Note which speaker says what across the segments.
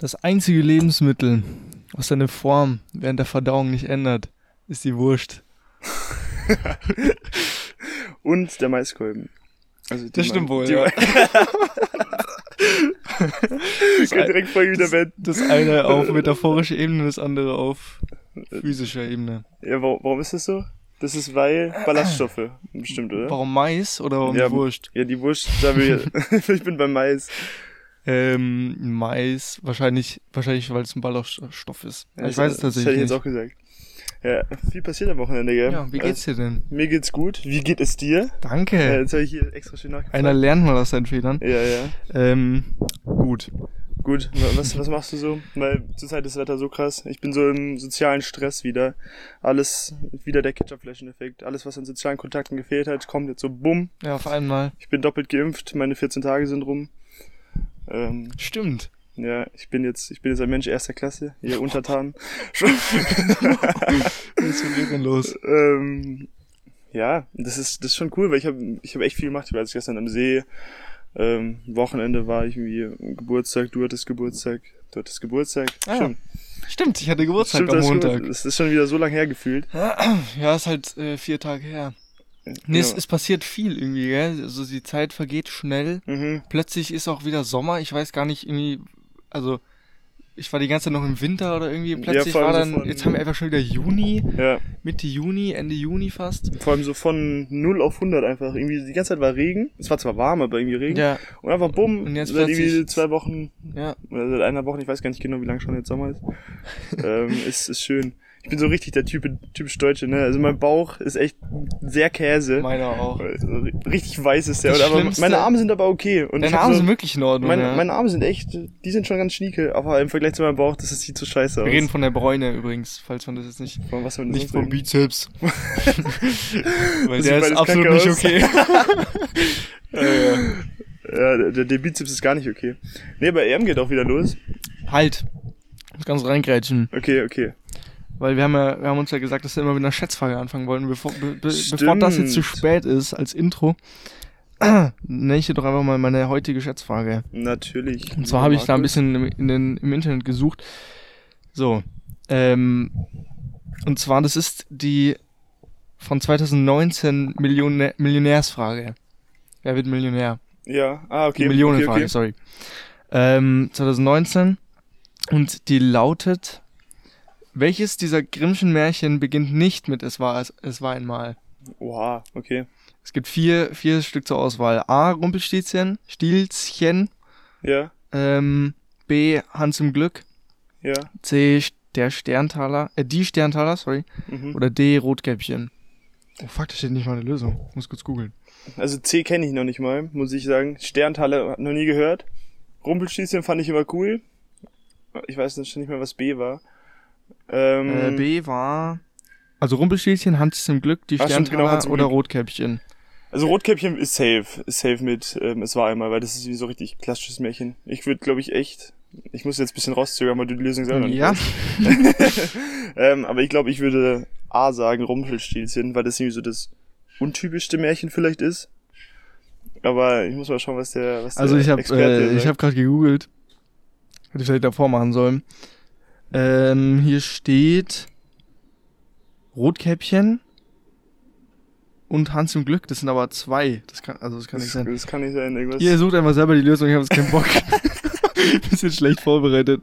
Speaker 1: Das einzige Lebensmittel, was seine Form während der Verdauung nicht ändert, ist die Wurst.
Speaker 2: Und der Maiskolben. Also die
Speaker 1: Das stimmt
Speaker 2: Ma-
Speaker 1: wohl,
Speaker 2: Die
Speaker 1: ja.
Speaker 2: ich kann direkt Folge wieder beenden.
Speaker 1: Das eine auf metaphorischer Ebene, das andere auf physischer Ebene.
Speaker 2: Ja, warum, warum ist das so? Das ist weil Ballaststoffe, bestimmt, oder?
Speaker 1: Warum Mais oder warum
Speaker 2: ja,
Speaker 1: die Wurst?
Speaker 2: Ja, die Wurst, da will ich, ich bin beim Mais.
Speaker 1: Ähm, Mais, wahrscheinlich, wahrscheinlich, weil es ein Ballaststoff ist.
Speaker 2: Ja,
Speaker 1: ich weiß es
Speaker 2: Das hätte ich
Speaker 1: tatsächlich
Speaker 2: jetzt
Speaker 1: nicht.
Speaker 2: auch gesagt. Ja, viel passiert am Wochenende, gell?
Speaker 1: Ja, wie geht's dir denn?
Speaker 2: Also, mir geht's gut. Wie geht es dir? Ja,
Speaker 1: Danke.
Speaker 2: jetzt habe ich hier extra schön nachgefragt.
Speaker 1: Einer lernt mal aus seinen Fehlern.
Speaker 2: ja, ja.
Speaker 1: Ähm, gut.
Speaker 2: Gut, wa- was, was machst du so? Weil zurzeit ist das Wetter so krass. Ich bin so im sozialen Stress wieder. Alles, wieder der Ketchupflächeneffekt. Alles, was an sozialen Kontakten gefehlt hat, kommt jetzt so bumm.
Speaker 1: Ja, auf einmal.
Speaker 2: Ich bin doppelt geimpft, meine 14 Tage sind rum. Ähm,
Speaker 1: Stimmt.
Speaker 2: ja, ich bin jetzt, ich bin jetzt ein Mensch erster Klasse, hier untertan.
Speaker 1: Was ist mit dir denn los?
Speaker 2: ähm, ja, das ist, das ist schon cool, weil ich habe ich hab echt viel gemacht. Ich war jetzt gestern am See. Ähm, Wochenende war ich irgendwie Geburtstag, du hattest Geburtstag, du hattest Geburtstag.
Speaker 1: Ah,
Speaker 2: Stimmt.
Speaker 1: Stimmt, ich hatte Geburtstag
Speaker 2: Stimmt,
Speaker 1: am
Speaker 2: das ist gut.
Speaker 1: Montag.
Speaker 2: Das ist schon wieder so lange her gefühlt.
Speaker 1: Ja, ist halt äh, vier Tage her. Nee, es, es passiert viel irgendwie, gell? Also die Zeit vergeht schnell.
Speaker 2: mhm.
Speaker 1: Plötzlich ist auch wieder Sommer. Ich weiß gar nicht irgendwie, also ich war die ganze Zeit noch im Winter oder irgendwie. Plötzlich
Speaker 2: vor
Speaker 1: war
Speaker 2: allem
Speaker 1: dann,
Speaker 2: so von-
Speaker 1: jetzt haben wir einfach schon wieder Juni,
Speaker 2: Ja,
Speaker 1: Mitte Juni, Ende Juni fast.
Speaker 2: vor allem so von 0 auf 100 einfach. Irgendwie die ganze Zeit war Regen. Es war zwar warm, aber irgendwie Regen.
Speaker 1: Ja,
Speaker 2: Und einfach bumm.
Speaker 1: Und jetzt
Speaker 2: seit irgendwie
Speaker 1: plötzlich-
Speaker 2: zwei Wochen
Speaker 1: ja.
Speaker 2: oder seit einer Woche, ich weiß gar nicht genau, wie lange schon jetzt Sommer ist. ähm, ist, ist schön. Ich bin so richtig der Typ, typisch Deutsche, ne? Also mein Bauch ist echt sehr Käse. Äh,
Speaker 1: Meiner auch.
Speaker 2: Richtig weiß ist der.
Speaker 1: Das
Speaker 2: Oder aber
Speaker 1: Schlimmste-
Speaker 2: meine Arme sind aber okay. Und ich
Speaker 1: Deine
Speaker 2: hab
Speaker 1: Arme
Speaker 2: so,
Speaker 1: sind wirklich in Ordnung.
Speaker 2: meine,
Speaker 1: ja.
Speaker 2: meine Arme sind echt, die sind schon ganz schnieke, aber im Vergleich zu meinem Bauch, das sieht so scheiße aus.
Speaker 1: wir reden von der Bräune übrigens, falls man das jetzt nicht.
Speaker 2: von was wir
Speaker 1: Nicht
Speaker 2: sonst
Speaker 1: vom
Speaker 2: reden.
Speaker 1: Bizeps. Weil
Speaker 2: sieht
Speaker 1: der ist
Speaker 2: beides
Speaker 1: absolut
Speaker 2: kacke
Speaker 1: nicht
Speaker 2: aus.
Speaker 1: okay.
Speaker 2: Ja, der, der Bizeps ist gar nicht okay. Nee, bei EM geht auch wieder los.
Speaker 1: Halt. Ich muss ganz reingrätschen.
Speaker 2: Okay, okay.
Speaker 1: Weil wir haben ja, wir haben uns ja gesagt, dass wir immer mit einer Schätzfrage anfangen wollen, bevor, be, be, bevor das jetzt zu
Speaker 2: Stimmt.
Speaker 1: spät ist als Intro. Nenne ich dir doch einfach mal meine heutige Schätzfrage.
Speaker 2: Natürlich.
Speaker 1: Und zwar habe ich da ein bisschen im, in den, im Internet gesucht. So. Ähm, und zwar, das ist die von 2019 Millionär, Millionärsfrage. Wer wird Millionär?
Speaker 2: Ja, ah, okay.
Speaker 1: Die Millionenfrage, sorry. Ähm, 2019. Und die lautet: Welches dieser Grimmschen Märchen beginnt nicht mit Es war, es, es war einmal?
Speaker 2: Okay. Oha, okay.
Speaker 1: Es gibt vier, vier Stück zur Auswahl: A. Rumpelstilzchen, Stilzchen,
Speaker 2: Ja,
Speaker 1: ähm, B. Hans im Glück,
Speaker 2: ja.
Speaker 1: C. Der Sterntaler, äh, die Sterntaler, sorry,
Speaker 2: Mhm.
Speaker 1: oder D. Rotkäppchen. Oh fuck, da steht nicht mal eine Lösung. Muss kurz googeln.
Speaker 2: Also C kenne ich noch nicht mal, muss ich sagen. Sterntaler noch nie gehört. Rumpelstilzchen fand ich immer cool. Ich weiß jetzt schon nicht mehr, was B war. Ähm,
Speaker 1: Äh, B war. Also Rumpelstilzchen, Hans im Glück, die
Speaker 2: Ach, stimmt, genau,
Speaker 1: Sterntaler
Speaker 2: Hans im
Speaker 1: oder
Speaker 2: Glück.
Speaker 1: Rotkäppchen.
Speaker 2: Also Rotkäppchen ist safe, ist safe mit ähm, Es war einmal, weil das ist wie so richtig klassisches Märchen. Ich würde, glaube ich, echt... Ich muss jetzt ein bisschen rauszögern, weil du die Lösung selber noch nicht
Speaker 1: Ja,
Speaker 2: Ähm, aber ich glaube, ich würde A sagen, Rumpelstilzchen, weil das irgendwie so das untypischste Märchen vielleicht ist. Aber ich muss mal schauen, was der, was
Speaker 1: Also
Speaker 2: der
Speaker 1: ich habe
Speaker 2: Experte ne?
Speaker 1: äh, ich
Speaker 2: sagt.
Speaker 1: habe gerade gegoogelt. Hätte ich vielleicht davor machen sollen. Ähm, hier steht Rotkäppchen und Hans im Glück. Das sind aber zwei. Das kann also das kann nicht
Speaker 2: das,
Speaker 1: sein.
Speaker 2: das kann nicht sein, irgendwas.
Speaker 1: Ihr sucht einfach selber die Lösung. Ich habe jetzt keinen Bock. Bisschen schlecht vorbereitet.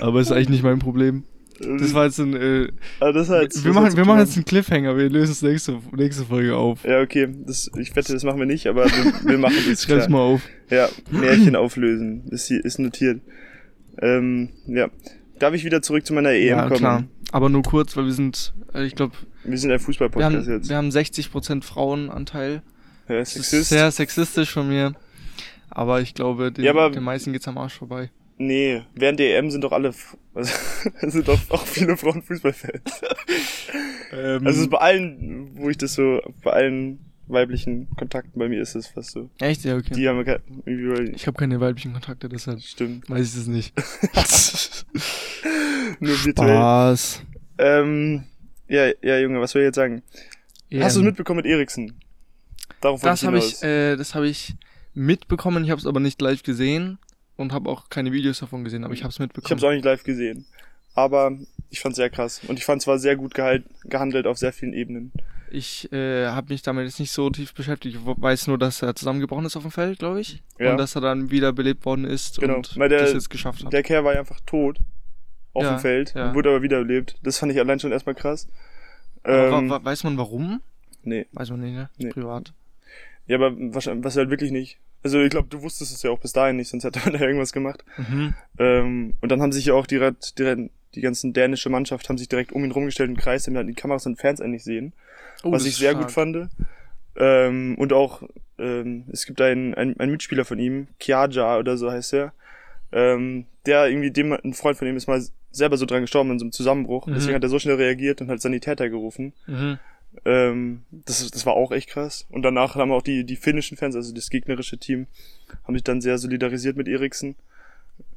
Speaker 1: Aber ist eigentlich nicht mein Problem. Das war jetzt ein. Äh,
Speaker 2: also Ähm, das hat, das
Speaker 1: wir
Speaker 2: hat's
Speaker 1: machen wir
Speaker 2: zu
Speaker 1: machen
Speaker 2: tun.
Speaker 1: jetzt einen Cliffhanger. Wir lösen es nächste nächste Folge auf.
Speaker 2: Ja, okay. Das, ich wette, das machen wir nicht, aber wir, wir machen das.
Speaker 1: Schreib's
Speaker 2: klar.
Speaker 1: mal auf.
Speaker 2: Ja, Märchen auflösen. Ist, hier, ist notiert. Ähm, ja. Darf ich wieder zurück zu meiner EM
Speaker 1: Ja
Speaker 2: kommen?
Speaker 1: klar. Aber nur kurz, weil wir sind. Äh, ich glaube.
Speaker 2: Wir sind ein
Speaker 1: Wir haben,
Speaker 2: Fußball-Podcast jetzt.
Speaker 1: wir haben 60% Frauenanteil.
Speaker 2: Ja,
Speaker 1: Das ist
Speaker 2: Sexist?
Speaker 1: sehr sexistisch von mir. Aber ich glaube, den,
Speaker 2: Ja, aber-
Speaker 1: den meisten geht's am Arsch vorbei.
Speaker 2: Nee, während der EM sind doch alle, F- also, sind doch auch viele Frauen Fußballfans.
Speaker 1: Mhm.
Speaker 2: Also bei allen, wo ich das so, bei allen weiblichen Kontakten bei mir ist es fast so.
Speaker 1: echt? Ja, okay.
Speaker 2: Die haben ja kein- irgendwie
Speaker 1: Ich habe keine weiblichen Kontakte, deshalb
Speaker 2: stimmt.
Speaker 1: weiß ich das nicht.
Speaker 2: Nur virtuell.
Speaker 1: Spaß.
Speaker 2: Ähm, ja, ja, Junge, was will ich jetzt sagen? Hast du es
Speaker 1: Ähm,
Speaker 2: mitbekommen mit Eriksen? Darauf wollte
Speaker 1: Das äh,
Speaker 2: ich
Speaker 1: habe
Speaker 2: hinaus.
Speaker 1: ich, äh, das habe ich mitbekommen. Ich habe es aber nicht live gesehen. und habe auch keine Videos davon gesehen, aber ich habe es
Speaker 2: Ich
Speaker 1: mitbekommen.
Speaker 2: habe es auch nicht live gesehen. Aber ich fand es sehr krass. Und ich fand es war sehr gut gehalt, gehandelt auf sehr vielen Ebenen.
Speaker 1: Ich äh, habe mich damit jetzt nicht so tief beschäftigt. Ich weiß nur, dass er zusammengebrochen ist auf dem Feld, glaube ich.
Speaker 2: Ja.
Speaker 1: Und dass er dann wieder belebt worden ist
Speaker 2: Genau,
Speaker 1: und
Speaker 2: weil der-
Speaker 1: das jetzt geschafft hat.
Speaker 2: Der Kerl war ja einfach tot auf
Speaker 1: Ja,
Speaker 2: dem Feld,
Speaker 1: ja.
Speaker 2: wurde aber wiederbelebt. Das fand ich allein schon erstmal krass.
Speaker 1: Aber
Speaker 2: Ähm,
Speaker 1: wa- wa- weiß man warum?
Speaker 2: nee.
Speaker 1: Weiß man nicht, ne?
Speaker 2: Nee.
Speaker 1: Privat.
Speaker 2: Ja, aber wahrscheinlich, was halt wirklich nicht. Also ich glaube, du wusstest es ja auch bis dahin nicht, sonst hätte man da irgendwas gemacht.
Speaker 1: Mhm.
Speaker 2: Ähm, und dann haben sich ja auch direkt, direkt die ganzen dänische Mannschaft haben sich direkt um ihn rumgestellt im Kreis, damit die Kameras und Fans endlich sehen.
Speaker 1: Oh,
Speaker 2: was
Speaker 1: das
Speaker 2: ich
Speaker 1: ist
Speaker 2: sehr
Speaker 1: stark.
Speaker 2: gut fand. Ähm, und auch, ähm, es gibt einen, einen, einen Mitspieler von ihm, Kiaja oder so heißt er. Ähm, der irgendwie, dem, ein Freund von ihm ist mal selber so dran gestorben in so einem Zusammenbruch.
Speaker 1: Mhm.
Speaker 2: Deswegen hat er so schnell reagiert und hat Sanitäter gerufen.
Speaker 1: Mhm.
Speaker 2: Ähm, das, ist- das war auch echt krass. Und danach haben auch die, die finnischen Fans, also das gegnerische Team, haben sich dann sehr solidarisiert mit Eriksen.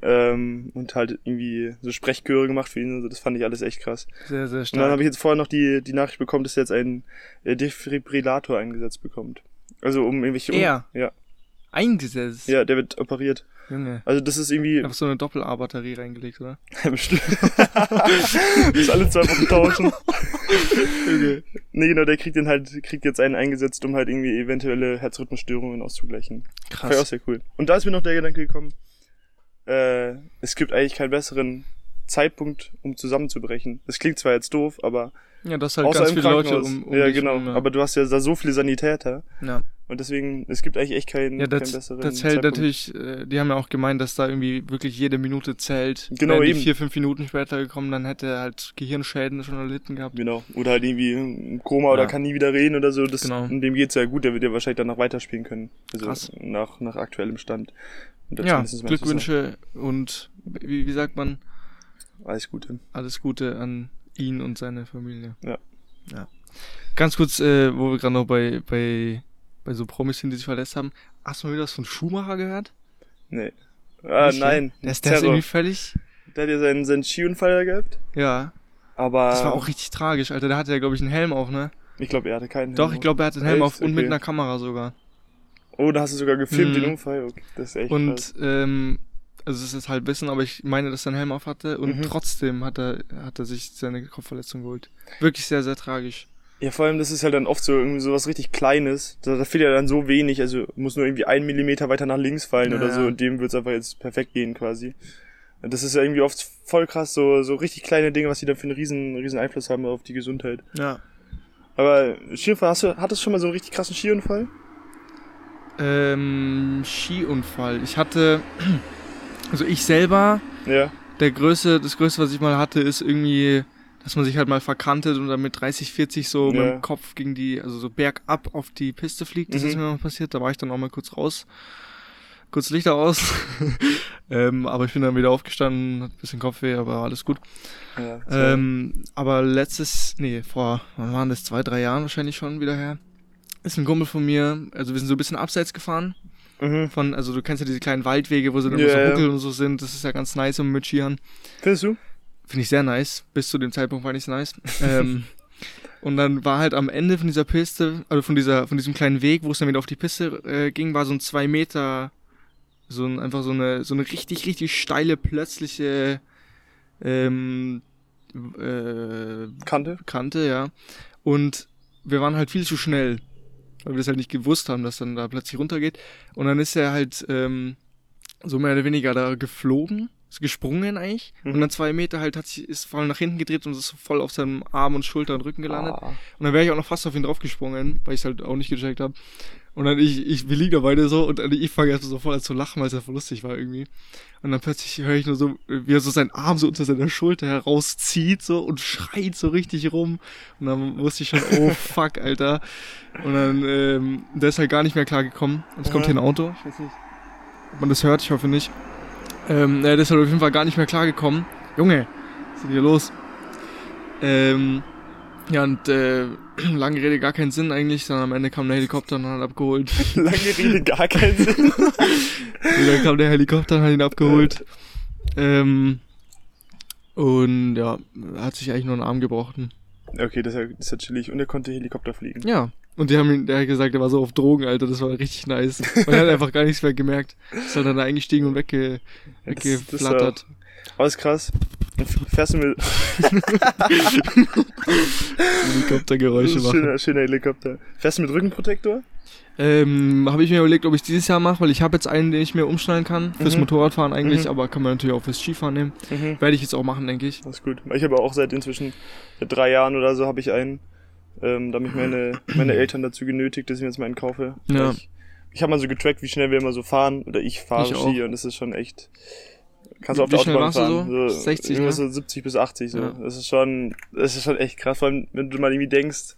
Speaker 2: Ähm, und halt irgendwie so Sprechchöre gemacht für ihn. Also das fand ich alles echt krass.
Speaker 1: Sehr, sehr
Speaker 2: Und dann
Speaker 1: stark.
Speaker 2: habe ich jetzt vorher noch die, die Nachricht bekommen, dass er jetzt einen äh, Defibrillator eingesetzt bekommt. Also um irgendwelche... Un-
Speaker 1: Er?
Speaker 2: Ja,
Speaker 1: Eingesetzt.
Speaker 2: ja, der wird operiert.
Speaker 1: Junge.
Speaker 2: Also das ist irgendwie...
Speaker 1: Einfach so eine Doppel-A-Batterie reingelegt, oder?
Speaker 2: Bestimmt. das alle zwei Wochen tauschen. Nee, genau, der kriegt den halt, kriegt jetzt einen eingesetzt, um halt irgendwie eventuelle Herzrhythmusstörungen auszugleichen. Fand ich auch
Speaker 1: Krass.
Speaker 2: sehr cool. Und da ist mir noch der Gedanke gekommen, äh, es gibt eigentlich keinen besseren Zeitpunkt, um zusammenzubrechen. Das klingt zwar jetzt doof, aber
Speaker 1: Ja, das halt
Speaker 2: außer
Speaker 1: ganz
Speaker 2: im
Speaker 1: viele
Speaker 2: Krankenhaus.
Speaker 1: Leute um, um
Speaker 2: ja,
Speaker 1: dich
Speaker 2: genau.
Speaker 1: rum, ja.
Speaker 2: Aber du hast ja da so viele Sanitäter.
Speaker 1: ja.
Speaker 2: Und deswegen, es gibt eigentlich echt keinen,
Speaker 1: Ja,
Speaker 2: keinen
Speaker 1: das,
Speaker 2: besseren
Speaker 1: das hält
Speaker 2: Zeitpunkt.
Speaker 1: natürlich, äh, die haben ja auch gemeint, dass da irgendwie wirklich jede Minute zählt.
Speaker 2: Genau,
Speaker 1: Wären
Speaker 2: eben.
Speaker 1: die vier, fünf Minuten später gekommen, dann hätte er halt Gehirnschäden schon erlitten gehabt.
Speaker 2: Genau. Oder halt irgendwie im Koma oder
Speaker 1: Ja.
Speaker 2: kann nie wieder reden oder so. Das,
Speaker 1: Genau.
Speaker 2: Und dem geht's ja gut, der wird ja wahrscheinlich danach weiterspielen können. Also
Speaker 1: Krass.
Speaker 2: nach, nach aktuellem Stand. Und das
Speaker 1: Ja,
Speaker 2: zumindest mal zu
Speaker 1: Glückwünsche und wie, wie sagt man,
Speaker 2: sagen. Alles Gute.
Speaker 1: alles Gute an ihn und seine Familie.
Speaker 2: Ja.
Speaker 1: ja. Ganz kurz, äh, wo wir gerade noch bei, bei, bei so Promis sind, die sich verletzt haben. Hast du mal wieder was von Schumacher gehört?
Speaker 2: Nee. Ah,
Speaker 1: Nicht,
Speaker 2: nein.
Speaker 1: Der ist, der ist
Speaker 2: Hm, Terror.
Speaker 1: irgendwie völlig.
Speaker 2: Der hat ja seinen, seinen Skiunfall gehabt.
Speaker 1: Ja.
Speaker 2: Aber.
Speaker 1: Das war auch richtig tragisch, Alter. Der hatte ja, glaube ich, einen Helm auf, ne?
Speaker 2: Ich glaube, er hatte keinen.
Speaker 1: Doch, ich glaube, er hatte einen Helm
Speaker 2: Echt?
Speaker 1: auf und mit
Speaker 2: Okay.
Speaker 1: einer Kamera sogar.
Speaker 2: Oh, da hast du sogar gefilmt
Speaker 1: Mhm.
Speaker 2: den Unfall. Okay, das ist echt krass.
Speaker 1: Und ähm, also es ist halt Wissen, aber ich meine, dass er einen Helm auf hatte und
Speaker 2: Mhm.
Speaker 1: trotzdem hat er, hat er sich seine Kopfverletzung geholt. Wirklich sehr, sehr tragisch.
Speaker 2: Ja, vor allem, das ist halt dann oft so irgendwie sowas richtig Kleines. Da, da fehlt ja dann so wenig. Also muss nur irgendwie ein Millimeter weiter nach links fallen
Speaker 1: Ja,
Speaker 2: oder so.
Speaker 1: ja.
Speaker 2: Und dem wird's einfach jetzt perfekt gehen quasi. Und Das ist ja irgendwie oft voll krass, so, so richtig kleine Dinge, was die dann für einen riesen, riesen Einfluss haben auf die Gesundheit.
Speaker 1: Ja.
Speaker 2: Aber Skiunfall, hast du, hattest du schon mal so einen richtig krassen Skiunfall?
Speaker 1: Ähm, Skiunfall. Ich hatte, also ich selber,
Speaker 2: Ja.
Speaker 1: der größte, das größte, was ich mal hatte, ist irgendwie, dass man sich halt mal verkantet und dann mit 30, 40 so
Speaker 2: Ja.
Speaker 1: mit dem Kopf gegen die, also so bergab auf die Piste fliegt. Das
Speaker 2: Mhm.
Speaker 1: ist mir mal passiert. Da war ich dann auch mal kurz raus. Kurz Lichter aus. ähm, aber ich bin dann wieder aufgestanden, hat ein bisschen Kopfweh, aber alles gut.
Speaker 2: ja das war-
Speaker 1: Ähm, aber letztes, nee, vor, wann waren das? Zwei, drei Jahren wahrscheinlich schon wieder her. Ist ein Kumpel von mir, also wir sind so ein bisschen abseits gefahren
Speaker 2: mhm.
Speaker 1: von, also du kennst ja diese kleinen Waldwege, wo so
Speaker 2: Ja,
Speaker 1: yeah. so
Speaker 2: ja.
Speaker 1: Huckel und so sind, das ist ja ganz nice um mit Skiern.
Speaker 2: Findest du?
Speaker 1: Finde ich sehr nice. Bis zu dem Zeitpunkt fand ich es nice. ähm, und dann war halt am Ende von dieser Piste, also von dieser, von diesem kleinen Weg, wo es dann wieder auf die Piste äh, ging, war so ein zwei Meter, so ein, einfach so eine, so eine richtig, richtig steile, plötzliche ähm, äh,
Speaker 2: Kannte?
Speaker 1: Kante, ja. Und wir waren halt viel zu schnell, weil wir das halt nicht gewusst haben, dass dann da plötzlich runtergeht. Und dann ist er halt ähm, so mehr oder weniger da geflogen, ist gesprungen eigentlich.
Speaker 2: Mhm.
Speaker 1: Und dann zwei Meter halt hat sich, ist voll nach hinten gedreht und ist voll auf seinem Arm und Schulter und Rücken gelandet.
Speaker 2: Ah.
Speaker 1: Und dann wäre ich auch noch fast auf ihn draufgesprungen, weil ich es halt auch nicht gecheckt habe. Und dann ich, ich, wir liegen da beide so und dann ich fange erst mal so voll an zu lachen, weil es ja voll lustig war irgendwie. Und dann plötzlich höre ich nur so, wie er so seinen Arm so unter seiner Schulter herauszieht so und schreit so richtig rum. Und dann wusste ich schon, oh fuck, Alter. Und dann, ähm, der ist halt gar nicht mehr klar gekommen. Und es kommt
Speaker 2: Ja.
Speaker 1: hier ein Auto. Ich weiß nicht, ob man das hört, ich hoffe nicht. Ähm, der ist halt auf jeden Fall gar nicht mehr klar gekommen. Junge, was ist denn hier los? Ähm, ja, und äh, lange Rede gar keinen Sinn eigentlich, sondern am Ende kam der Helikopter und hat ihn abgeholt.
Speaker 2: Lange Rede, gar keinen Sinn.
Speaker 1: Und dann kam der Helikopter und hat ihn abgeholt. Ähm, und ja, hat sich eigentlich nur einen Arm gebrochen.
Speaker 2: okay, das ist, ja, das ist ja chillig. Und er konnte Helikopter fliegen.
Speaker 1: Ja, Und die haben ihn, der hat gesagt, er war so auf Drogen, Alter, das war richtig nice. Und er hat einfach gar nichts mehr gemerkt. Ist halt dann da eingestiegen und wegge,
Speaker 2: Ja, das- das
Speaker 1: weggeflattert.
Speaker 2: Alles krass. Dann Fährst du mit
Speaker 1: Helikoptergeräusche machen.
Speaker 2: schöner, schöner Helikopter. Fährst du mit Rückenprotektor?
Speaker 1: Ähm, habe ich mir überlegt, ob ich dieses Jahr mache, weil ich habe jetzt einen, den ich mir umschneiden kann. Fürs
Speaker 2: Mhm.
Speaker 1: Motorradfahren eigentlich,
Speaker 2: Mhm.
Speaker 1: aber kann man natürlich auch fürs Skifahren nehmen.
Speaker 2: Mhm.
Speaker 1: Werde ich jetzt auch machen, denke ich.
Speaker 2: Das ist gut. Ich habe auch seit inzwischen seit drei Jahren oder so habe ich einen. Ähm, da haben mich meine, meine Eltern dazu genötigt, dass ich mir jetzt mal einen kaufe.
Speaker 1: Ja.
Speaker 2: Ich, ich habe mal so getrackt, wie schnell wir immer so fahren. Oder ich fahre
Speaker 1: Ich
Speaker 2: Ski und das ist schon echt. Kannst du auf
Speaker 1: Wie
Speaker 2: der
Speaker 1: schnell
Speaker 2: Autobahn
Speaker 1: warst du so?
Speaker 2: fahren.
Speaker 1: 60,
Speaker 2: irgendwas
Speaker 1: ne?
Speaker 2: so 70 bis 80. So.
Speaker 1: Ja.
Speaker 2: Das ist schon. Das ist schon echt krass, vor allem, wenn du mal irgendwie denkst,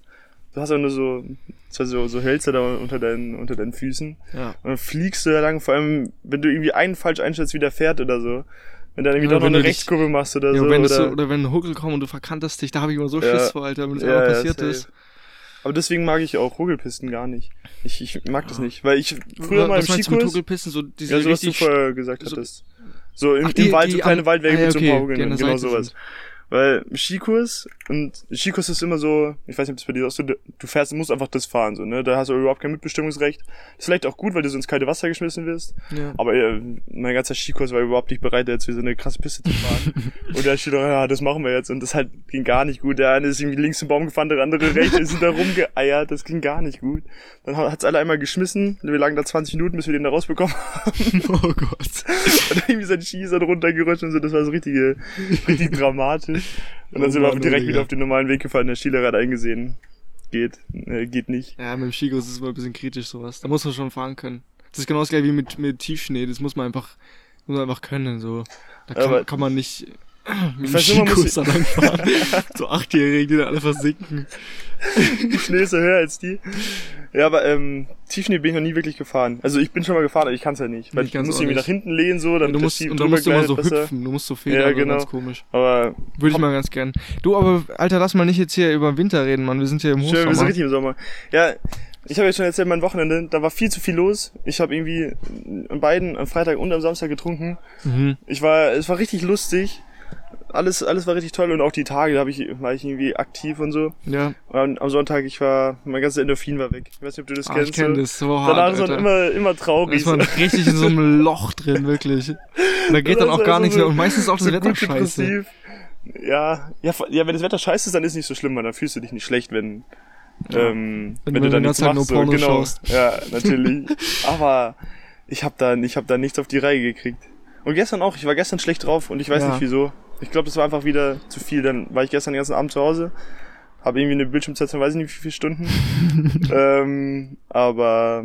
Speaker 2: du hast auch nur so, zwei so, so Hölzer da unter deinen, unter deinen Füßen.
Speaker 1: Ja.
Speaker 2: Und dann fliegst du da lang, vor allem, wenn du irgendwie einen falsch einschätzt, wie der fährt oder so. Wenn du dann irgendwie
Speaker 1: Ja,
Speaker 2: doch
Speaker 1: wenn
Speaker 2: noch eine
Speaker 1: du dich-
Speaker 2: Rechtskurve machst oder
Speaker 1: ja,
Speaker 2: so.
Speaker 1: wenn
Speaker 2: Also, oder,
Speaker 1: oder, so, oder wenn ein Huckel kommt und du verkantest dich, da habe ich immer so
Speaker 2: Ja.
Speaker 1: Schiss vor, Alter, wenn das
Speaker 2: ja,
Speaker 1: einmal
Speaker 2: ja,
Speaker 1: passiert
Speaker 2: safe.
Speaker 1: ist.
Speaker 2: Aber deswegen mag ich auch Rugelpisten gar nicht. Ich, ich mag das nicht. Weil ich früher
Speaker 1: Wa-
Speaker 2: mal im
Speaker 1: Was meinst du mit
Speaker 2: Skikurs.
Speaker 1: Huckelpissen? So diese
Speaker 2: Ja, so was du
Speaker 1: richtig
Speaker 2: vorher gesagt
Speaker 1: so-
Speaker 2: hattest. So im,
Speaker 1: Ach, die-
Speaker 2: im Wald,
Speaker 1: die
Speaker 2: so kleine
Speaker 1: an-
Speaker 2: Waldwege
Speaker 1: ah, ja,
Speaker 2: mit so ein
Speaker 1: okay,
Speaker 2: paar
Speaker 1: die an
Speaker 2: Hugeln.
Speaker 1: der
Speaker 2: Genau
Speaker 1: Seite
Speaker 2: sowas.
Speaker 1: sind.
Speaker 2: Weil im Skikurs, und Skikurs ist immer so, ich weiß nicht, ob das bei dir auch so, du fährst, musst einfach das fahren, so, ne? Da hast du überhaupt kein Mitbestimmungsrecht. Ist vielleicht auch gut, weil du so ins kalte Wasser geschmissen wirst.
Speaker 1: Ja.
Speaker 2: Aber äh, mein ganzer Skikurs war überhaupt nicht bereit, jetzt für so eine krasse Piste zu fahren. und da steht doch, ja, das machen wir jetzt. Und das halt ging gar nicht gut. Der eine ist irgendwie links im Baum gefahren, der andere rechts, die sind da rumgeeiert. Das ging gar nicht gut. Dann ha- hat's alle einmal geschmissen. Wir lagen da 20 Minuten, bis wir den da rausbekommen haben.
Speaker 1: Oh Gott.
Speaker 2: Und irgendwie sein Ski ist dann runtergerutscht und so. Das war so richtige, richtig dramatisch. Und dann
Speaker 1: Oh
Speaker 2: sind wir
Speaker 1: Mann,
Speaker 2: direkt
Speaker 1: Digga.
Speaker 2: wieder auf den normalen Weg gefahren. Der Skilehrer hat eingesehen. Geht, äh, geht nicht.
Speaker 1: Ja, mit dem Skikurs ist es immer ein bisschen kritisch, sowas. Da muss man schon fahren können. Das ist genau das gleiche wie mit, mit Tiefschnee, das muss man einfach, muss man einfach können, so. Da kann,
Speaker 2: Aber-
Speaker 1: kann man nicht mit dem
Speaker 2: weiß nur, man muss-
Speaker 1: Skikurs da langfahren. so Achtjährige, die da alle versinken.
Speaker 2: Die Schnee ist ja höher als die. Ja, aber ähm, Tiefschnee bin ich noch nie wirklich gefahren. Also ich bin schon mal gefahren, aber ich kann es ja nicht. Weil
Speaker 1: Nee, ich
Speaker 2: du
Speaker 1: kann's
Speaker 2: musst
Speaker 1: auch
Speaker 2: irgendwie
Speaker 1: nicht.
Speaker 2: nach hinten lehnen, so, dann
Speaker 1: Und du musst, und du musst immer so hüpfen, du musst so federn,
Speaker 2: Ja,
Speaker 1: so
Speaker 2: genau.
Speaker 1: ganz komisch.
Speaker 2: Aber
Speaker 1: Würde ich mal ganz gern. Du, aber, Alter, lass mal nicht jetzt hier über den Winter reden, Mann. Wir sind hier im
Speaker 2: schön, wir
Speaker 1: Hochsommer.
Speaker 2: sind richtig im Sommer. Ja, ich habe ja schon erzählt, mein Wochenende, da war viel zu viel los. Ich habe irgendwie an beiden, am Freitag und am Samstag getrunken.
Speaker 1: mhm.
Speaker 2: Ich war, es war richtig lustig. Alles, alles war richtig toll und auch die Tage, da hab ich, war ich irgendwie aktiv und so.
Speaker 1: Ja,
Speaker 2: Und am- am Sonntag, ich war, mein ganzes Endorphin war weg. Ich weiß nicht, ob du das
Speaker 1: ah,
Speaker 2: kennst.
Speaker 1: ich kenne
Speaker 2: so.
Speaker 1: das. So hart,
Speaker 2: Danach ist man
Speaker 1: Alter.
Speaker 2: immer, immer
Speaker 1: Da
Speaker 2: traurig.
Speaker 1: ist man
Speaker 2: so.
Speaker 1: richtig in so einem Loch drin, wirklich. Und da geht
Speaker 2: Das
Speaker 1: dann auch
Speaker 2: ist
Speaker 1: gar
Speaker 2: also
Speaker 1: nichts
Speaker 2: so-
Speaker 1: mehr. Und meistens ist auch das
Speaker 2: so
Speaker 1: Wetter
Speaker 2: gut
Speaker 1: scheiße.
Speaker 2: depressiv. Ja, ja, vor- ja, wenn das Wetter scheiße ist, dann ist nicht so schlimm, weil dann fühlst du dich nicht schlecht, wenn,
Speaker 1: Wenn
Speaker 2: ähm, wenn,
Speaker 1: du
Speaker 2: du
Speaker 1: den
Speaker 2: dann nichts
Speaker 1: ganzen Tag
Speaker 2: machst.
Speaker 1: nur
Speaker 2: so,
Speaker 1: Pornos
Speaker 2: genau.
Speaker 1: schaust.
Speaker 2: Ja, natürlich. Aber ich habe dann, ich habe dann nichts auf die Reihe gekriegt. Und gestern auch. Ich war gestern schlecht drauf und ich weiß
Speaker 1: Ja.
Speaker 2: nicht wieso. Ich glaube, das war einfach wieder zu viel. Dann war ich gestern den ganzen Abend zu Hause, habe irgendwie eine Bildschirmzeit von weiß ich nicht wie viele Stunden. ähm, aber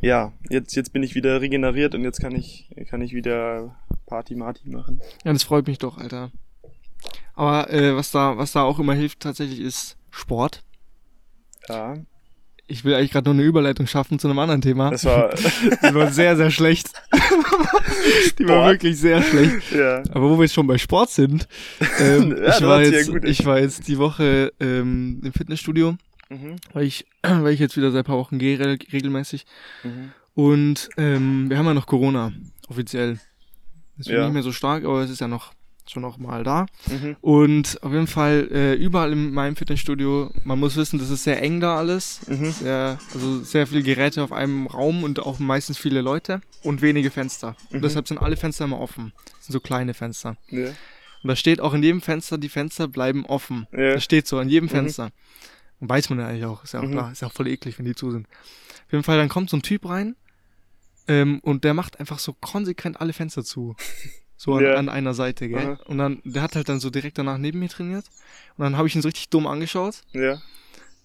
Speaker 2: ja, jetzt jetzt bin ich wieder regeneriert und jetzt kann ich kann ich wieder Party Marty machen.
Speaker 1: Ja, das freut mich doch, Alter. Aber äh, was da, was da auch immer hilft tatsächlich ist Sport.
Speaker 2: Ja,
Speaker 1: Ich will eigentlich gerade nur eine Überleitung schaffen zu einem anderen Thema.
Speaker 2: das war
Speaker 1: Die war sehr, sehr schlecht. Die war
Speaker 2: Sport?
Speaker 1: wirklich sehr schlecht.
Speaker 2: ja.
Speaker 1: Aber wo wir jetzt schon bei Sport sind, ähm,
Speaker 2: Ja,
Speaker 1: ich,
Speaker 2: du
Speaker 1: war
Speaker 2: hast ja
Speaker 1: jetzt,
Speaker 2: gut-
Speaker 1: ich war jetzt die Woche ähm, im Fitnessstudio,
Speaker 2: Mhm.
Speaker 1: weil ich, weil ich jetzt wieder seit paar Wochen gehe re regelmäßig.
Speaker 2: Mhm.
Speaker 1: Und ähm, wir haben ja noch Corona, offiziell. Ist
Speaker 2: Ja.
Speaker 1: nicht mehr so stark, aber es ist ja noch schon noch mal da.
Speaker 2: Mhm.
Speaker 1: Und auf jeden Fall äh, überall in meinem Fitnessstudio, man muss wissen, das ist sehr eng da alles.
Speaker 2: Mhm.
Speaker 1: Sehr, also sehr viele Geräte auf einem Raum und auch meistens viele Leute und wenige Fenster.
Speaker 2: Mhm.
Speaker 1: Und deshalb sind alle Fenster immer offen. Das sind so kleine Fenster.
Speaker 2: Ja.
Speaker 1: Und da steht auch in jedem Fenster, die Fenster bleiben offen.
Speaker 2: Ja.
Speaker 1: Das steht so an jedem
Speaker 2: Mhm.
Speaker 1: Fenster. Und weiß man ja eigentlich auch, ist ja auch
Speaker 2: Mhm.
Speaker 1: klar, ist ja auch voll eklig, wenn die zu sind. Auf jeden Fall, dann kommt so ein Typ rein ähm, und der macht einfach so konsequent alle Fenster zu. So an,
Speaker 2: Ja.
Speaker 1: an einer Seite, gell?
Speaker 2: Aha.
Speaker 1: Und dann, der hat halt dann so direkt danach neben mir trainiert. Und dann habe ich ihn so richtig dumm angeschaut.
Speaker 2: Ja.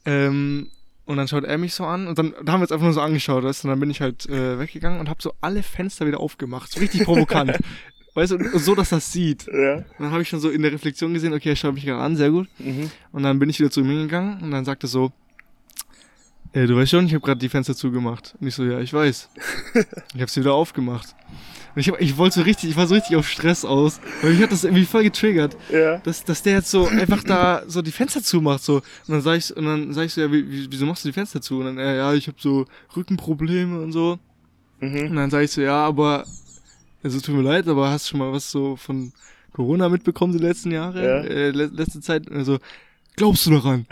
Speaker 1: Ähm, und dann schaut er mich so an und dann da haben wir uns einfach nur so angeschaut, weißt du, und dann bin ich halt äh, weggegangen und habe so alle Fenster wieder aufgemacht, so richtig provokant. weißt du, und so, dass das sieht. Und
Speaker 2: Ja.
Speaker 1: dann habe ich schon so in der Reflexion gesehen, okay, er schaut mich gerade an, sehr gut.
Speaker 2: Mhm.
Speaker 1: Und dann bin ich wieder zu ihm hingegangen und dann sagte er so, äh, du weißt schon, ich habe gerade die Fenster zugemacht. Und ich so, ja, ich weiß. Ich habe sie wieder aufgemacht. Und ich, hab, ich wollte so richtig, ich war so richtig auf Stress aus, weil mich hat das irgendwie voll getriggert
Speaker 2: Ja.
Speaker 1: dass, dass der jetzt so einfach da so die Fenster zumacht so und dann sag ich und dann sag ich so ja wie, wie- wieso machst du die Fenster zu und dann er, ja ich habe so Rückenprobleme und so
Speaker 2: Mhm.
Speaker 1: und dann sag ich so ja aber also tut mir leid aber hast schon mal was so von Corona mitbekommen die letzten Jahre
Speaker 2: Ja.
Speaker 1: äh, le letzte Zeit also glaubst du daran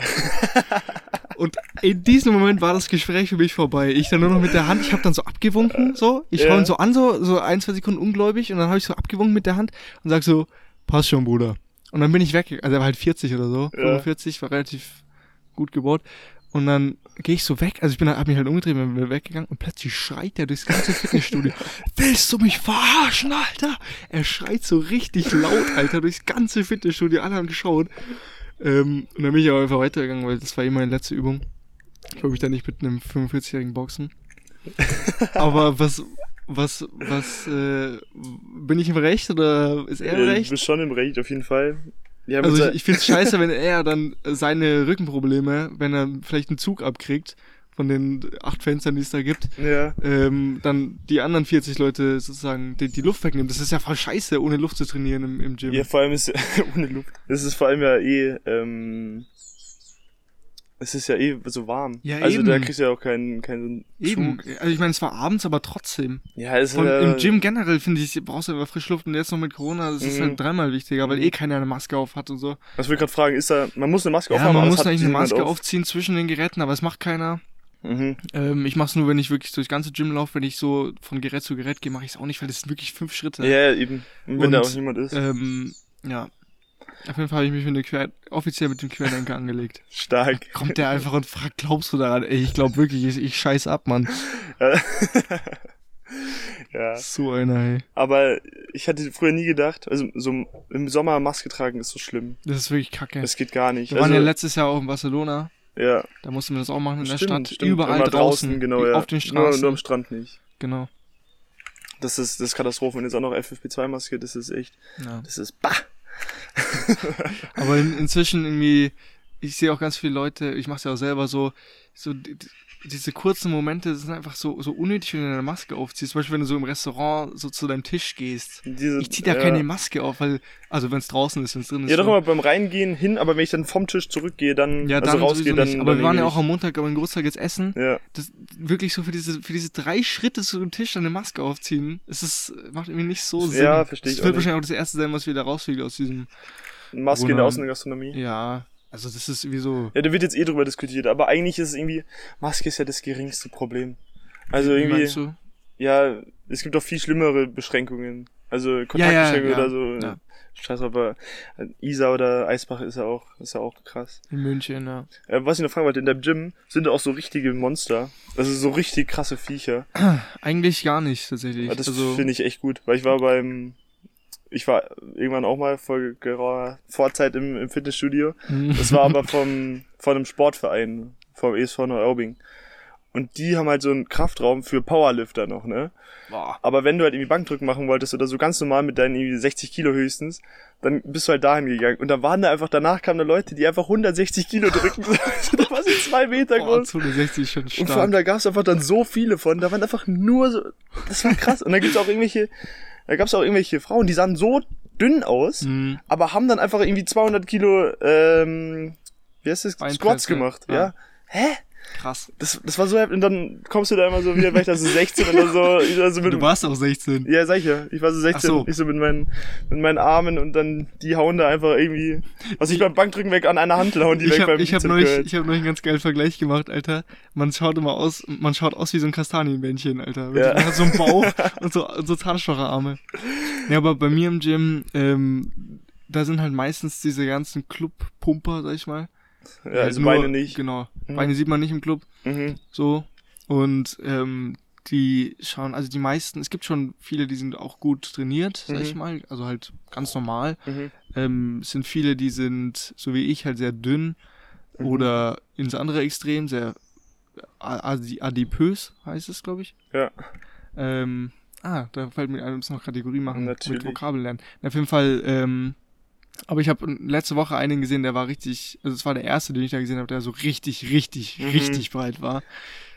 Speaker 1: und in diesem Moment war das Gespräch für mich vorbei. Ich dann nur noch mit der Hand, ich habe dann so abgewunken, so. Ich
Speaker 2: Ja.
Speaker 1: schaue ihn so an, so, so ein, zwei Sekunden ungläubig und dann habe ich so abgewunken mit der Hand und sag so, passt schon, Bruder. Und dann bin ich weg. Also er war halt 40 oder so,
Speaker 2: Ja.
Speaker 1: 45, war relativ gut gebaut. Und dann gehe ich so weg, also ich bin halt, hab mich halt umgedreht, bin weggegangen und plötzlich schreit er durchs ganze Fitnessstudio. Willst du mich verarschen, Alter? Er schreit so richtig laut, Alter, durchs ganze Fitnessstudio, alle haben geschaut. Ähm, und dann bin ich aber einfach weitergegangen, weil das war eh meine letzte Übung. Ich glaube, ich da nicht mit einem 45-jährigen Boxen. aber was, was, was, äh, bin ich im Recht oder ist er im
Speaker 2: Äh,
Speaker 1: Recht?
Speaker 2: Du bist schon im Recht, auf jeden Fall. Ja, mit
Speaker 1: Also
Speaker 2: der-
Speaker 1: ich, ich find's scheiße, wenn er dann seine Rückenprobleme, wenn er vielleicht einen Zug abkriegt von den acht Fenstern, die es da gibt,
Speaker 2: ja.
Speaker 1: ähm, dann die anderen 40 Leute sozusagen die, die Luft wegnimmt. Das ist ja voll scheiße, ohne Luft zu trainieren im, im Gym.
Speaker 2: ja, vor allem ist ohne Luft. Es ist vor allem ja eh, ähm, es ist ja eh so warm.
Speaker 1: Ja,
Speaker 2: also da
Speaker 1: eben.
Speaker 2: kriegst du ja auch keinen, keinen
Speaker 1: Eben.
Speaker 2: Zug.
Speaker 1: Also ich meine, es war abends, aber trotzdem.
Speaker 2: Ja, es ist
Speaker 1: Und
Speaker 2: ja,
Speaker 1: im Gym generell finde ich, brauchst du einfach frische Luft und jetzt noch mit Corona, das ist
Speaker 2: Mhm.
Speaker 1: halt dreimal wichtiger, weil eh keiner eine Maske auf hat und so.
Speaker 2: Was will ich gerade fragen, ist da, man muss eine Maske
Speaker 1: Ja,
Speaker 2: aufhaben,
Speaker 1: man
Speaker 2: aber es
Speaker 1: muss
Speaker 2: hat
Speaker 1: eigentlich eine
Speaker 2: niemand
Speaker 1: Maske
Speaker 2: auf.
Speaker 1: aufziehen zwischen den Geräten, aber es macht keiner.
Speaker 2: Mhm.
Speaker 1: Ähm, ich mach's nur, wenn ich wirklich durchs ganze Gym laufe. Wenn ich so von Gerät zu Gerät gehe, mache ich's auch nicht, weil das sind wirklich fünf Schritte.
Speaker 2: Ja, ja, eben. Und wenn
Speaker 1: Und,
Speaker 2: da auch niemand ist.
Speaker 1: Ähm, ja. Auf jeden Fall habe ich mich mit dem Quer offiziell mit dem Querdenker angelegt.
Speaker 2: Stark.
Speaker 1: Kommt der einfach und fragt, glaubst du daran? Ey, ich glaube wirklich, ich, ich scheiß ab, Mann.
Speaker 2: ja.
Speaker 1: So einer, ey.
Speaker 2: Aber ich hatte früher nie gedacht, also so im Sommer Maske tragen ist so schlimm.
Speaker 1: Das ist wirklich kacke.
Speaker 2: Das geht gar nicht.
Speaker 1: Wir waren ja
Speaker 2: also,
Speaker 1: letztes Jahr auch in Barcelona.
Speaker 2: ja,
Speaker 1: Da mussten wir das auch machen in der
Speaker 2: stimmt,
Speaker 1: Stadt.
Speaker 2: stimmt.
Speaker 1: Überall
Speaker 2: Immer
Speaker 1: draußen.
Speaker 2: genau, ja.
Speaker 1: Auf den
Speaker 2: Nur,
Speaker 1: Straßen.
Speaker 2: nur am Strand nicht.
Speaker 1: genau.
Speaker 2: Das ist, das ist Katastrophe. Und jetzt auch noch FFP2-Maske, das ist echt,
Speaker 1: Ja.
Speaker 2: das ist bah.
Speaker 1: Aber in, inzwischen irgendwie, ich sehe auch ganz viele Leute, ich mache es ja auch selber so, so die, die- diese kurzen Momente sind einfach so, so unnötig, wenn du deine Maske aufziehst. Zum Beispiel, wenn du so im Restaurant so zu deinem Tisch gehst.
Speaker 2: Diese,
Speaker 1: Ich zieh da
Speaker 2: ja.
Speaker 1: keine Maske auf, weil, also wenn es draußen ist, wenn es drin ist.
Speaker 2: Ja, doch
Speaker 1: schon.
Speaker 2: immer beim Reingehen hin, aber wenn ich dann vom Tisch zurückgehe, dann,
Speaker 1: ja,
Speaker 2: also
Speaker 1: dann
Speaker 2: rausgehe,
Speaker 1: sowieso
Speaker 2: dann.
Speaker 1: nicht.
Speaker 2: dann
Speaker 1: Aber wir waren ja
Speaker 2: irgendwie
Speaker 1: auch am Montag beim Geburtstag jetzt essen.
Speaker 2: nicht. Ja.
Speaker 1: Das, wirklich so für diese, für diese drei Schritte zu dem Tisch deine Maske aufziehen, es ist, macht irgendwie nicht so Sinn.
Speaker 2: Ja, versteh ich
Speaker 1: Das
Speaker 2: auch
Speaker 1: wird
Speaker 2: nicht.
Speaker 1: wahrscheinlich auch das erste sein, was wieder rausfliegt aus diesem,
Speaker 2: Maske in
Speaker 1: Corona-
Speaker 2: der Außengastronomie.
Speaker 1: ja, also das ist wie so,
Speaker 2: Ja, da wird jetzt eh drüber diskutiert, aber eigentlich ist es irgendwie, Maske ist ja das geringste Problem. Also
Speaker 1: wie
Speaker 2: irgendwie,
Speaker 1: meinst du?
Speaker 2: ja, es gibt auch viel schlimmere Beschränkungen. Also Kontaktbeschränkungen
Speaker 1: ja,
Speaker 2: oder so.
Speaker 1: ja.
Speaker 2: Scheiß auf, aber Isa oder Eisbach ist ja auch, ist ja auch krass.
Speaker 1: In München, ja.
Speaker 2: Äh, was ich noch fragen wollte, in deinem Gym sind da auch so richtige Monster. Also so richtig krasse Viecher.
Speaker 1: Eigentlich gar nicht, tatsächlich.
Speaker 2: Ja, das
Speaker 1: also,
Speaker 2: finde ich echt gut, weil ich war beim, ich war irgendwann auch mal vor geraumer Vorzeit im, im Fitnessstudio Das war aber vom, von einem Sportverein, vom ESV Neuaubing. Und die haben halt so einen Kraftraum für Powerlifter noch, ne?
Speaker 1: Boah.
Speaker 2: Aber wenn du halt irgendwie Bankdrücken machen wolltest oder so ganz normal mit deinen irgendwie 60 Kilo höchstens, dann bist du halt dahin gegangen. Und da waren da einfach, danach kamen da Leute, die einfach 160 Kilo drücken. da war so zwei Meter
Speaker 1: Boah,
Speaker 2: groß.
Speaker 1: 260 ist schon stark.
Speaker 2: Und vor allem, da gab's einfach dann so viele von, da waren einfach nur so, das war krass. Und da gibt's auch irgendwelche, da gab's auch irgendwelche Frauen, die sahen so dünn aus,
Speaker 1: Mhm.
Speaker 2: aber haben dann einfach irgendwie 200 Kilo, ähm, wie heißt das,
Speaker 1: Beinpresse.
Speaker 2: Squats gemacht, ja.
Speaker 1: Ja.
Speaker 2: Hä?
Speaker 1: krass.
Speaker 2: Das, das war so, und dann kommst du da immer so wieder, weil ich da so 16 oder so, ich da so mit,
Speaker 1: Du warst auch 16.
Speaker 2: ja, sag ich ja, ich war so 16,
Speaker 1: Ach so.
Speaker 2: ich so mit meinen, mit meinen Armen und dann, die hauen da einfach irgendwie, was ich beim Bankdrücken weg an einer Hand hauen, die
Speaker 1: Ich
Speaker 2: weg
Speaker 1: habe
Speaker 2: beim
Speaker 1: ich hab
Speaker 2: Bizep
Speaker 1: neulich,
Speaker 2: Curl.
Speaker 1: ich hab neulich einen ganz geilen Vergleich gemacht, Alter. Man schaut immer aus, man schaut aus wie so ein Kastanienbändchen, Alter.
Speaker 2: Ja.
Speaker 1: Man hat so einen Bauch und so, und so Zahnstocherarme. Ja, aber bei mir im Gym, ähm, da sind halt meistens diese ganzen Club-Pumper, sag ich mal. Halt
Speaker 2: ja, also
Speaker 1: nur-
Speaker 2: Beine nicht.
Speaker 1: Genau.
Speaker 2: Mhm.
Speaker 1: Beine sieht man nicht im Club.
Speaker 2: Mhm.
Speaker 1: So. Und ähm, die schauen, also die meisten, es gibt schon viele, die sind auch gut trainiert, sag
Speaker 2: Mhm.
Speaker 1: ich mal, also halt ganz normal.
Speaker 2: Mhm.
Speaker 1: Ähm, es sind viele, die sind, so wie ich, halt sehr dünn
Speaker 2: Mhm.
Speaker 1: oder ins andere Extrem, sehr a- adi- adipös heißt es, glaube ich.
Speaker 2: Ja.
Speaker 1: Ähm, ah, da fällt mir ein, wir müssen noch Kategorie machen,
Speaker 2: Natürlich.
Speaker 1: mit Vokabel lernen. Na, auf jeden Fall, ähm, aber ich habe letzte Woche einen gesehen, der war richtig, also es war der erste, den ich da gesehen habe, der so richtig, richtig,
Speaker 2: Mhm.
Speaker 1: richtig breit war.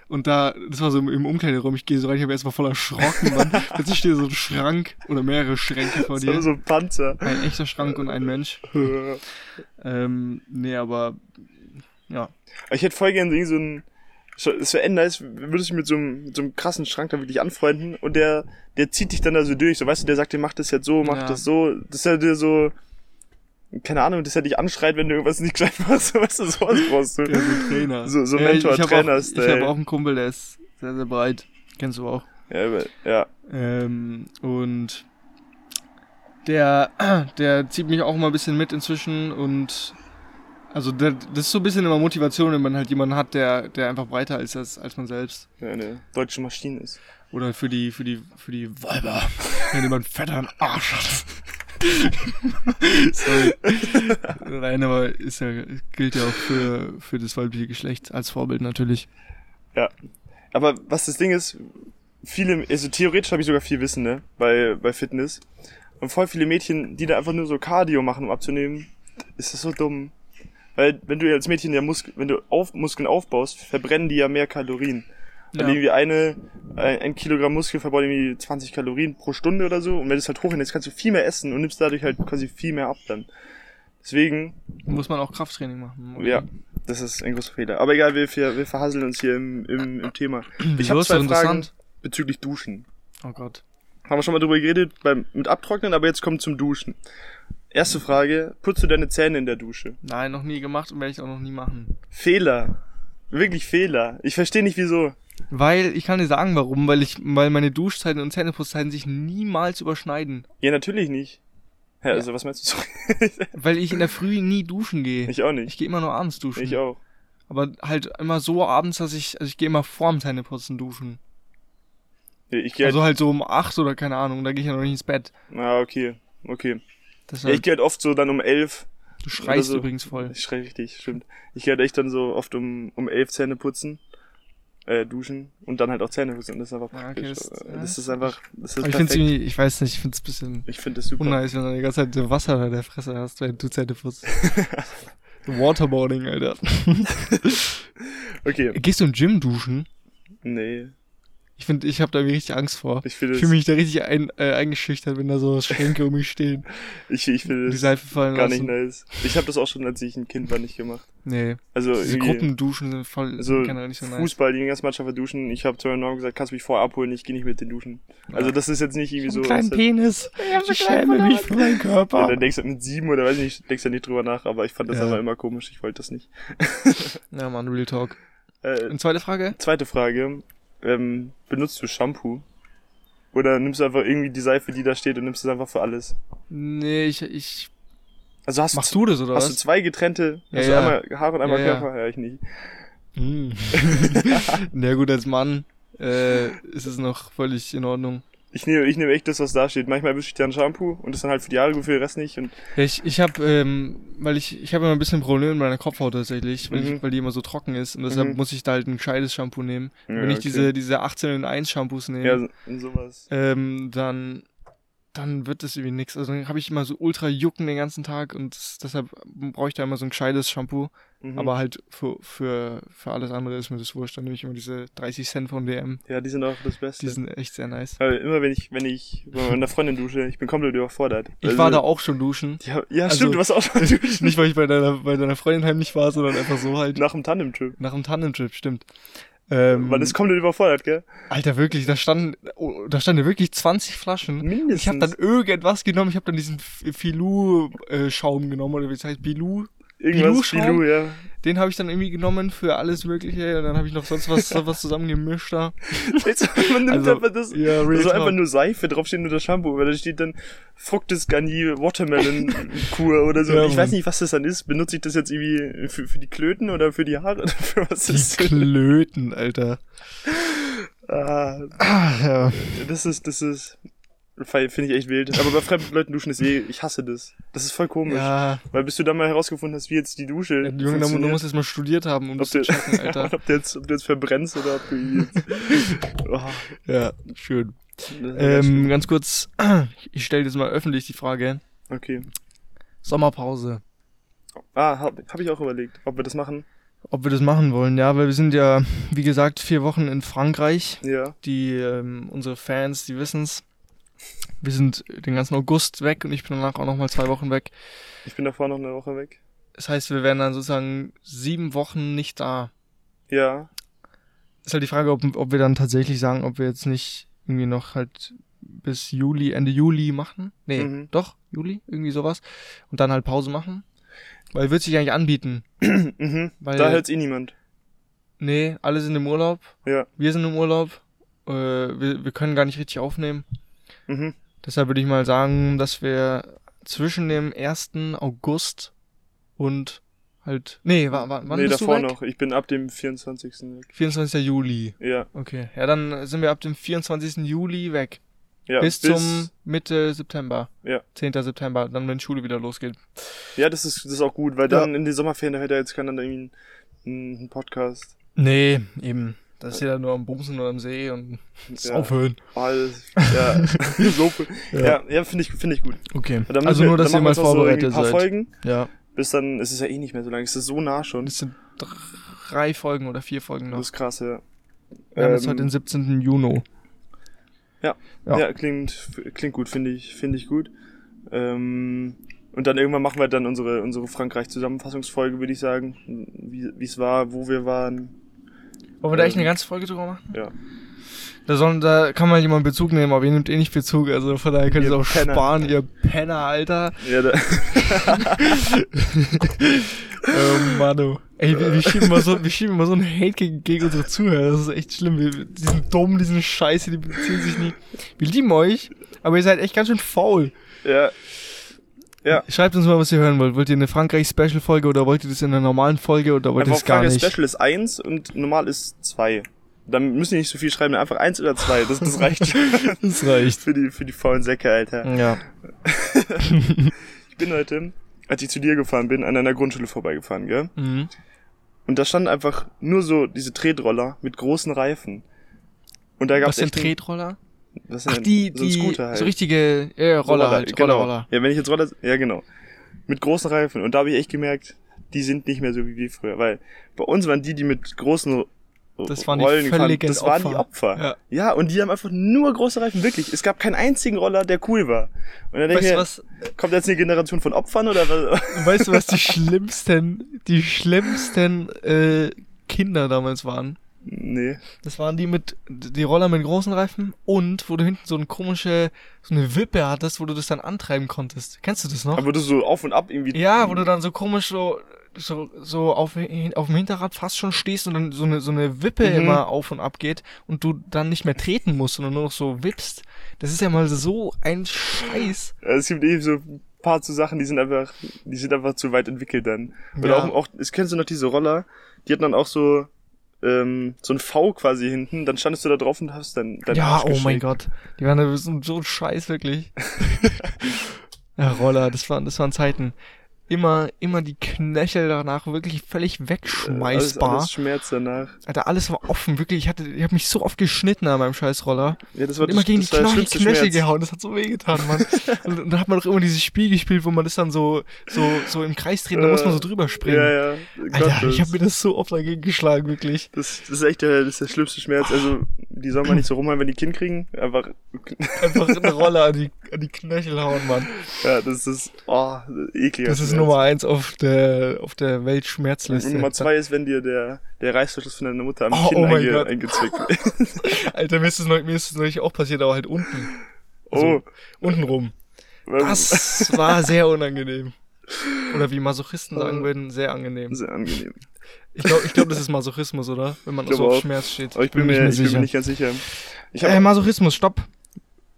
Speaker 1: Und da, das war so im- im Umkleideraum, ich gehe so rein, ich habe erstmal voll erschrocken, Mann. Plötzlich steht so ein Schrank oder mehrere Schränke vor
Speaker 2: Das war
Speaker 1: dir.
Speaker 2: so ein Panzer.
Speaker 1: Ein echter Schrank und ein Mensch. Ähm, nee, aber ja.
Speaker 2: Ich hätte voll gerne irgendwie so ein. Es wäre nice, würdest du mit so, einem, mit so einem krassen Schrank da wirklich anfreunden und der, der zieht dich dann da so durch. So, weißt du, der sagt dir, mach das jetzt so, mach
Speaker 1: Ja.
Speaker 2: das so. Das ist ja dir so. keine Ahnung, dass er dich anschreit, wenn du irgendwas nicht gescheit machst. Weißt du, sowas brauchst du.
Speaker 1: Ja, so Trainer.
Speaker 2: So, so
Speaker 1: Ja, ich- ich hab auch- Ich
Speaker 2: Mentor-Trainer-Style.
Speaker 1: habe auch einen Kumpel, der ist sehr, sehr breit. Kennst du auch.
Speaker 2: Ja, aber- ja.
Speaker 1: Ähm, und der, der zieht mich auch mal ein bisschen mit inzwischen und also der, das ist so ein bisschen immer Motivation, wenn man halt jemanden hat, der, der einfach breiter ist als, als man selbst.
Speaker 2: ja, eine deutsche Maschine ist.
Speaker 1: Oder für die, für die, für die Weiber, wenn jemand fetteren Arsch hat. Sorry. Nein, aber ist ja, gilt ja auch für, für das weibliche Geschlecht als Vorbild natürlich.
Speaker 2: Aber was das Ding ist, viele, also theoretisch habe ich sogar viel Wissen, ne, bei, bei Fitness. Und voll viele Mädchen, die da einfach nur so Cardio machen, um abzunehmen, ist das so dumm. Weil, wenn du als Mädchen ja Muskeln, wenn du auf, Muskeln aufbaust, verbrennen die ja mehr Kalorien. Weil
Speaker 1: Ja.
Speaker 2: irgendwie eine, äh, ein, ein Kilogramm Muskel verbraucht irgendwie 20 Kalorien pro Stunde oder so. Und wenn du es halt hochhältst, kannst du viel mehr essen und nimmst dadurch halt quasi viel mehr ab dann. Deswegen,
Speaker 1: Muss man auch Krafttraining machen.
Speaker 2: ja, das ist ein großer Fehler. Aber egal, wir, wir, wir verhasseln uns hier im, im, im Thema.
Speaker 1: Wieso
Speaker 2: hab
Speaker 1: ist das interessant?
Speaker 2: bezüglich Duschen.
Speaker 1: Oh Gott.
Speaker 2: Haben wir schon mal drüber geredet beim, mit Abtrocknen, aber jetzt kommt zum Duschen. Erste Frage, putzt du deine Zähne in der Dusche?
Speaker 1: Nein, noch nie gemacht und werde ich auch noch nie machen.
Speaker 2: Fehler. Wirklich Fehler. Ich verstehe nicht wieso.
Speaker 1: Weil, ich kann dir sagen, warum, weil ich, weil meine Duschzeiten und Zähneputzzeiten sich niemals überschneiden.
Speaker 2: Ja, natürlich nicht. Ja, also was meinst du? Sorry.
Speaker 1: Weil ich in der Früh nie duschen gehe. Ich,
Speaker 2: ich auch nicht.
Speaker 1: gehe immer nur abends duschen.
Speaker 2: Ich auch.
Speaker 1: Aber halt immer so abends, dass ich, also ich gehe immer vorm Zähneputzen duschen.
Speaker 2: Ich gehe halt,
Speaker 1: Also halt so um 8 oder keine Ahnung, da gehe ich ja noch nicht ins Bett.
Speaker 2: ah, okay. Okay. Ja,
Speaker 1: Deshalb,
Speaker 2: ich gehe halt oft so dann um elf.
Speaker 1: du schreist
Speaker 2: oder so.
Speaker 1: übrigens voll.
Speaker 2: Ich schreibe richtig, stimmt. Ich gehe halt echt dann so oft um, um elf Zähne putzen. Äh, duschen und dann halt auch Zähne putzen. Das ist einfach
Speaker 1: Ja,
Speaker 2: praktisch.
Speaker 1: Ah, okay, das-
Speaker 2: Äh,
Speaker 1: ja,
Speaker 2: das
Speaker 1: das
Speaker 2: ist einfach, das ist
Speaker 1: Aber ich finde
Speaker 2: perfekt.
Speaker 1: ich weiß nicht, ich finde es ein bisschen
Speaker 2: Ich finde das super.
Speaker 1: unnice, wenn du die ganze Zeit so Wasser bei der Fresse hast, wenn du Zähne putzt. Waterboarding, Alter.
Speaker 2: Okay.
Speaker 1: Gehst du im Gym duschen?
Speaker 2: Nee.
Speaker 1: Ich finde, ich habe da irgendwie richtig Angst vor.
Speaker 2: Ich finde
Speaker 1: Ich
Speaker 2: das-
Speaker 1: fühle mich da richtig ein, äh, eingeschüchtert, wenn da so Schränke um mich stehen.
Speaker 2: Ich, ich finde
Speaker 1: Die
Speaker 2: das
Speaker 1: Seife fallen
Speaker 2: gar nicht
Speaker 1: lassen.
Speaker 2: nice. Ich habe das auch schon, als ich ein Kind war, nicht gemacht.
Speaker 1: Nee.
Speaker 2: Also
Speaker 1: Diese
Speaker 2: irgendwie
Speaker 1: Gruppenduschen sind voll
Speaker 2: also
Speaker 1: generell nicht so nice.
Speaker 2: Fußball, die ganze Mannschaft verduschen. Ich habe zu meiner Mom gesagt, kannst du mich vorher abholen, ich gehe nicht mit den Duschen. Also
Speaker 1: Ja.
Speaker 2: das ist jetzt nicht irgendwie
Speaker 1: Ich
Speaker 2: so...
Speaker 1: hab einen kleinen
Speaker 2: weißt du,
Speaker 1: Penis. Ich schäme mich für meinen
Speaker 2: ja,
Speaker 1: Körper.
Speaker 2: dann denkst du mit sieben oder weiß nicht, denkst du ja nicht drüber nach, aber ich fand das
Speaker 1: Ja.
Speaker 2: einfach immer komisch, ich wollte das nicht.
Speaker 1: Ja, Mann, Real Talk.
Speaker 2: Äh,
Speaker 1: Und zweite Frage?
Speaker 2: zweite Frage, ähm, benutzt du Shampoo? Oder nimmst du einfach irgendwie die Seife, die da steht und nimmst es einfach für alles?
Speaker 1: Nee, ich, ich,
Speaker 2: Also hast
Speaker 1: machst
Speaker 2: du,
Speaker 1: du das oder
Speaker 2: hast du
Speaker 1: was?
Speaker 2: zwei getrennte,
Speaker 1: Ja,
Speaker 2: also
Speaker 1: ja.
Speaker 2: einmal Haare und einmal
Speaker 1: Ja, ja.
Speaker 2: Körper? Ja, ich nicht.
Speaker 1: Hm. Na gut, als Mann, äh, ist es noch völlig in Ordnung.
Speaker 2: Ich nehme, ich nehme echt das, was da steht. Manchmal wische ich dann Shampoo und das dann halt für die Haare gut, für den Rest nicht. Und
Speaker 1: Ja, ich, ich habe, ähm, weil ich, ich habe immer ein bisschen Probleme mit meiner Kopfhaut tatsächlich, weil,
Speaker 2: Mhm.
Speaker 1: ich, weil die immer so trocken ist und deshalb
Speaker 2: Mhm.
Speaker 1: muss ich da halt ein gescheites Shampoo nehmen.
Speaker 2: Ja,
Speaker 1: Wenn ich
Speaker 2: okay.
Speaker 1: diese, diese 18 in 1 Shampoos nehme,
Speaker 2: ja, so- und sowas.
Speaker 1: ähm, dann, dann wird das irgendwie nix. Also dann habe ich immer so ultra Jucken den ganzen Tag und das, deshalb brauche ich da immer so ein gescheites Shampoo.
Speaker 2: Mhm.
Speaker 1: Aber halt für, für, für alles andere ist mir das wurscht. Dann nehme ich immer diese 30 Cent von DM.
Speaker 2: ja, die sind auch das Beste.
Speaker 1: Die sind echt sehr nice.
Speaker 2: Weil immer wenn ich, wenn ich bei meiner Freundin dusche, ich bin komplett überfordert.
Speaker 1: Ich war da auch schon duschen.
Speaker 2: Ja, ja
Speaker 1: also-
Speaker 2: stimmt, du warst auch schon Also duschen.
Speaker 1: Nicht, weil ich bei deiner, bei deiner Freundin heimlich war, sondern einfach so halt.
Speaker 2: Nach dem Tandem-Trip.
Speaker 1: Nach dem Tandem-Trip, stimmt. Ähm,
Speaker 2: Man ist komplett überfordert, gell?
Speaker 1: Alter, wirklich, da standen, oh, da standen wirklich 20 Flaschen.
Speaker 2: Mindestens.
Speaker 1: Ich habe dann irgendwas genommen, ich habe dann diesen F- Filou-Schaum genommen, oder wie es heißt, Bilou.
Speaker 2: irgendwas
Speaker 1: Bilou-Schaum?
Speaker 2: Bilou, ja.
Speaker 1: Den habe ich dann irgendwie genommen für alles Mögliche und dann habe ich noch sonst was, was zusammengemischt da.
Speaker 2: Jetzt, man nimmt
Speaker 1: Also,
Speaker 2: einfach das.
Speaker 1: ja, real
Speaker 2: das ist einfach
Speaker 1: talk.
Speaker 2: nur Seife, drauf steht nur das Shampoo, weil da steht dann Fructis Garni Watermelon Kur oder so.
Speaker 1: Ja,
Speaker 2: ich weiß
Speaker 1: Mann.
Speaker 2: nicht, was das dann ist. Benutze ich das jetzt irgendwie für, für die Klöten oder für die Haare? Oder für was
Speaker 1: Die
Speaker 2: ist das?
Speaker 1: Klöten, Alter.
Speaker 2: Ah,
Speaker 1: Ja.
Speaker 2: Das ist, das ist, finde ich echt wild. Aber bei fremden Leuten duschen ist eh, ich hasse das. Das ist voll komisch.
Speaker 1: ja.
Speaker 2: Weil bis du dann mal herausgefunden hast, wie jetzt die Dusche
Speaker 1: ja Junge, du
Speaker 2: funktioniert,
Speaker 1: musst erst mal studiert haben, um das
Speaker 2: ob,
Speaker 1: zu
Speaker 2: du,
Speaker 1: checken, Alter.
Speaker 2: ob, du jetzt, ob du jetzt verbrennst oder ob du jetzt... Oh,
Speaker 1: ja, schön.
Speaker 2: das ist ganz
Speaker 1: Ähm,
Speaker 2: schlimm.
Speaker 1: ganz kurz, ich stelle jetzt mal öffentlich die Frage.
Speaker 2: okay.
Speaker 1: Sommerpause.
Speaker 2: Ah, habe hab ich auch überlegt, ob wir das machen.
Speaker 1: ob wir das machen wollen. Ja, weil wir sind ja, wie gesagt, vier Wochen in Frankreich.
Speaker 2: Ja.
Speaker 1: Die, ähm, unsere Fans, die wissen's. Wir sind den ganzen August weg und ich bin danach auch nochmal zwei Wochen weg.
Speaker 2: Ich bin davor noch eine Woche weg.
Speaker 1: Das heißt, wir wären dann sozusagen sieben Wochen nicht da.
Speaker 2: Ja.
Speaker 1: Ist halt die Frage, ob, ob wir dann tatsächlich sagen, ob wir jetzt nicht irgendwie noch halt bis Juli, Ende Juli machen. Nee,
Speaker 2: Mhm.
Speaker 1: doch, Juli, irgendwie sowas. Und dann halt Pause machen. Weil wird sich eigentlich anbieten.
Speaker 2: Mhm.
Speaker 1: Weil-
Speaker 2: da hört's eh niemand.
Speaker 1: Nee, alle sind im Urlaub.
Speaker 2: Ja.
Speaker 1: Wir sind im Urlaub. Äh, wir, wir können gar nicht richtig aufnehmen.
Speaker 2: Mhm.
Speaker 1: Deshalb würde ich mal sagen, dass wir zwischen dem 1. August und halt. Nee, wa- wa- wann
Speaker 2: nee,
Speaker 1: bist
Speaker 2: davor
Speaker 1: du weg?
Speaker 2: noch. Ich bin ab dem 24. weg.
Speaker 1: 24. Juli.
Speaker 2: Ja.
Speaker 1: Okay. Ja, dann sind wir ab dem 24. Juli weg.
Speaker 2: ja.
Speaker 1: bis, zum Mitte September.
Speaker 2: Ja.
Speaker 1: 10. September, dann wenn Schule wieder losgeht.
Speaker 2: Ja, das ist, das ist auch gut, weil dann in den Sommerferien, da hätte jetzt keiner da irgendwie einen, einen Podcast.
Speaker 1: Nee, eben. Das ist ja nur am Bumsen oder am See und das
Speaker 2: Ja.
Speaker 1: aufhören.
Speaker 2: Alles. Ja. so cool. Ja, ja, finde ich, finde ich gut.
Speaker 1: Okay.
Speaker 2: Und dann
Speaker 1: also
Speaker 2: müssen
Speaker 1: nur, dass ihr
Speaker 2: dann
Speaker 1: mal
Speaker 2: machen wir uns auch
Speaker 1: vorbereitet
Speaker 2: so irgendwie ein paar
Speaker 1: seid.
Speaker 2: Folgen,
Speaker 1: Ja.
Speaker 2: bis dann, es ist ja eh nicht mehr so lange, es ist so nah schon.
Speaker 1: Das sind drei Folgen oder vier Folgen
Speaker 2: Das
Speaker 1: noch.
Speaker 2: ist krass, ja.
Speaker 1: Wir haben jetzt
Speaker 2: Ähm,
Speaker 1: heute den 17. Juni.
Speaker 2: ja.
Speaker 1: ja.
Speaker 2: klingt, klingt gut, finde ich, finde ich gut. Ähm, und dann irgendwann machen wir dann unsere, unsere Frankreich-Zusammenfassungsfolge, würde ich sagen. Wie wie es war, wo wir waren.
Speaker 1: Wollen wir da echt
Speaker 2: ähm,
Speaker 1: eine ganze Folge drüber machen?
Speaker 2: Ja.
Speaker 1: Da, sollen, da kann man jemand Bezug nehmen, aber ihr nehmt eh nicht Bezug, also von daher könnt ihr
Speaker 2: Ihr
Speaker 1: es auch
Speaker 2: Penner.
Speaker 1: sparen, ihr Penner, Alter.
Speaker 2: Ja, da,
Speaker 1: Ähm, Manu. Ey, wir, wir, schieben mal so, wir schieben mal so einen Hate gegen, gegen unsere Zuhörer. Das ist echt schlimm. Wir, wir- die sind dumm, die sind scheiße, die beziehen sich nie. Wir lieben euch, aber ihr seid echt ganz schön faul.
Speaker 2: ja.
Speaker 1: Schreibt uns mal, was ihr hören wollt. Wollt ihr eine Frankreich-Special-Folge oder wollt ihr das in einer normalen Folge oder wollt ihr
Speaker 2: Einfach
Speaker 1: es gar
Speaker 2: Frage
Speaker 1: nicht?
Speaker 2: Special ist eins und normal ist zwei. Dann müssen die nicht so viel schreiben, einfach eins oder zwei. Das, das reicht
Speaker 1: Das reicht.
Speaker 2: für die, für die faulen Säcke, Alter.
Speaker 1: Ja.
Speaker 2: Ich bin heute, als ich zu dir gefahren bin, an einer Grundschule vorbeigefahren, gell?
Speaker 1: Mhm.
Speaker 2: Und da standen einfach nur so diese Tretroller mit großen Reifen. Und da gab's
Speaker 1: Was sind
Speaker 2: echt einen-
Speaker 1: Tretroller?
Speaker 2: Was
Speaker 1: Ach,
Speaker 2: denn?
Speaker 1: die,
Speaker 2: so
Speaker 1: die,
Speaker 2: ein Scooter halt.
Speaker 1: so richtige äh, Roller, halt.
Speaker 2: genau.
Speaker 1: Roller, Roller.
Speaker 2: Ja, wenn ich jetzt Roller, ja genau. Mit großen Reifen. Und da habe ich echt gemerkt, die sind nicht mehr so wie wir früher, weil bei uns waren die, die mit großen R-
Speaker 1: Das waren die
Speaker 2: Rollen gefahren,
Speaker 1: völligen
Speaker 2: das waren die
Speaker 1: Opfer.
Speaker 2: Opfer. Ja. und die haben einfach nur große Reifen, wirklich. Es gab keinen einzigen Roller, der cool war. Und dann denke
Speaker 1: Weißt
Speaker 2: ich
Speaker 1: du
Speaker 2: mir,
Speaker 1: was?
Speaker 2: kommt jetzt eine Generation von Opfern oder was?
Speaker 1: Weißt du, was die schlimmsten, die schlimmsten äh, Kinder damals waren?
Speaker 2: nee.
Speaker 1: Das waren die mit die Roller mit großen Reifen und wo du hinten so eine komische so eine Wippe hattest, wo du das dann antreiben konntest. Kennst du das noch?
Speaker 2: Aber du so auf und ab irgendwie.
Speaker 1: ja, wo du dann so komisch so so, so auf, auf dem Hinterrad fast schon stehst und dann so eine so eine Wippe
Speaker 2: Mhm.
Speaker 1: immer auf und ab geht und du dann nicht mehr treten musst, sondern nur noch so wippst. Das ist ja mal so ein Scheiß.
Speaker 2: Äh, Es gibt eben so ein paar zu Sachen, die sind einfach, die sind einfach zu weit entwickelt dann. Oder
Speaker 1: Ja.
Speaker 2: auch, auch, es kennst du noch diese Roller, die hatten dann auch so, ähm, so ein V quasi hinten, dann standest du da drauf und hast dann, dann
Speaker 1: ja, oh mein Gott. Die waren da so, so ein scheiß, wirklich. ja, Roller, das waren, das waren Zeiten. Immer, immer die Knöchel danach wirklich völlig
Speaker 2: Äh, Alles,
Speaker 1: wegschmeißbar.
Speaker 2: alles Schmerz danach.
Speaker 1: Alter, alles war offen, wirklich. Ich hatte, ich habe mich so oft geschnitten an meinem scheiß Roller.
Speaker 2: Ja, das war
Speaker 1: Und immer
Speaker 2: das,
Speaker 1: gegen die
Speaker 2: das war der
Speaker 1: Knochen,
Speaker 2: schlimmste
Speaker 1: Knöchel
Speaker 2: Schmerz.
Speaker 1: gehauen. Das hat so wehgetan, Mann. und, und dann hat man doch immer dieses Spiel gespielt, wo man das dann so, so, so im Kreis dreht, da muss man so drüber springen.
Speaker 2: Äh, Ja, ja.
Speaker 1: Alter,
Speaker 2: Gott,
Speaker 1: ich habe mir
Speaker 2: das,
Speaker 1: das so oft dagegen geschlagen, wirklich.
Speaker 2: das, das ist echt der, das ist der schlimmste Schmerz. Also, die soll man nicht so rumhauen, wenn die Kind kriegen. Einfach,
Speaker 1: Einfach eine Roller an die, an die Knöchel hauen, Mann.
Speaker 2: ja, das ist, oh, ekliger
Speaker 1: Das ist
Speaker 2: Schmerz.
Speaker 1: Nummer eins auf der, auf der
Speaker 2: Und
Speaker 1: Weltschmerzliste.
Speaker 2: Nummer zwei ist, wenn dir der, der Reißverschluss von deiner Mutter am
Speaker 1: Oh,
Speaker 2: Kinn
Speaker 1: oh mein
Speaker 2: einge,
Speaker 1: Gott.
Speaker 2: eingezwickt wird.
Speaker 1: Alter, mir ist es neulich, mir ist es neulich auch passiert, aber halt unten.
Speaker 2: Oh,
Speaker 1: Unten rum.
Speaker 2: ähm,
Speaker 1: Das war sehr unangenehm. Oder wie Masochisten
Speaker 2: Ähm.
Speaker 1: sagen würden, sehr angenehm.
Speaker 2: sehr angenehm.
Speaker 1: Ich glaube, ich glaub, das ist Masochismus, oder? Wenn man
Speaker 2: Ich
Speaker 1: so
Speaker 2: glaub
Speaker 1: auf
Speaker 2: auch.
Speaker 1: Schmerz steht.
Speaker 2: Aber ich bin,
Speaker 1: nicht
Speaker 2: mir,
Speaker 1: mehr
Speaker 2: ich bin mir nicht ganz sicher. Ich hab,
Speaker 1: äh, Masochismus, stopp.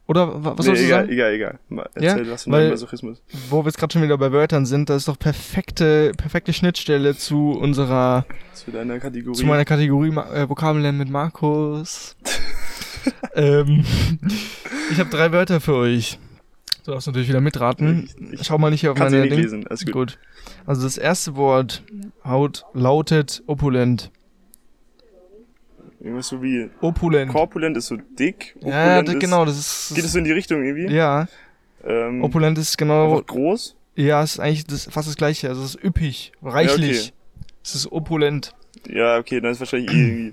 Speaker 1: Oder wa- was
Speaker 2: nee,
Speaker 1: sollst du
Speaker 2: egal,
Speaker 1: sagen?
Speaker 2: egal, egal, Ma-
Speaker 1: Ja?
Speaker 2: Erzähl, was von
Speaker 1: Weil-
Speaker 2: deinem Masochismus.
Speaker 1: Wo wir jetzt gerade schon wieder bei Wörtern sind, das ist doch perfekte, perfekte Schnittstelle zu unserer
Speaker 2: Zu deiner Kategorie.
Speaker 1: zu meiner Kategorie Ma- äh, Vokabeln lernen mit Markus. ähm, ich habe drei Wörter für euch. Du darfst natürlich wieder mitraten.
Speaker 2: Ich- ich
Speaker 1: Schau mal nicht hier auf
Speaker 2: Kannst du
Speaker 1: meine
Speaker 2: nicht
Speaker 1: Ding.
Speaker 2: lesen, alles gut.
Speaker 1: Gut. Also das erste Wort haut, lautet opulent.
Speaker 2: Irgendwas so wie,
Speaker 1: Opulent.
Speaker 2: korpulent ist so dick, opulent
Speaker 1: ja, das,
Speaker 2: ist,
Speaker 1: genau, das ist.
Speaker 2: geht es so in die Richtung irgendwie?
Speaker 1: ja,
Speaker 2: Ähm,
Speaker 1: opulent ist genau.
Speaker 2: einfach groß?
Speaker 1: Ja, ist eigentlich das, fast das gleiche. Also es ist üppig, reichlich. Es ist opulent.
Speaker 2: Ja, okay, dann ist wahrscheinlich eh irgendwie,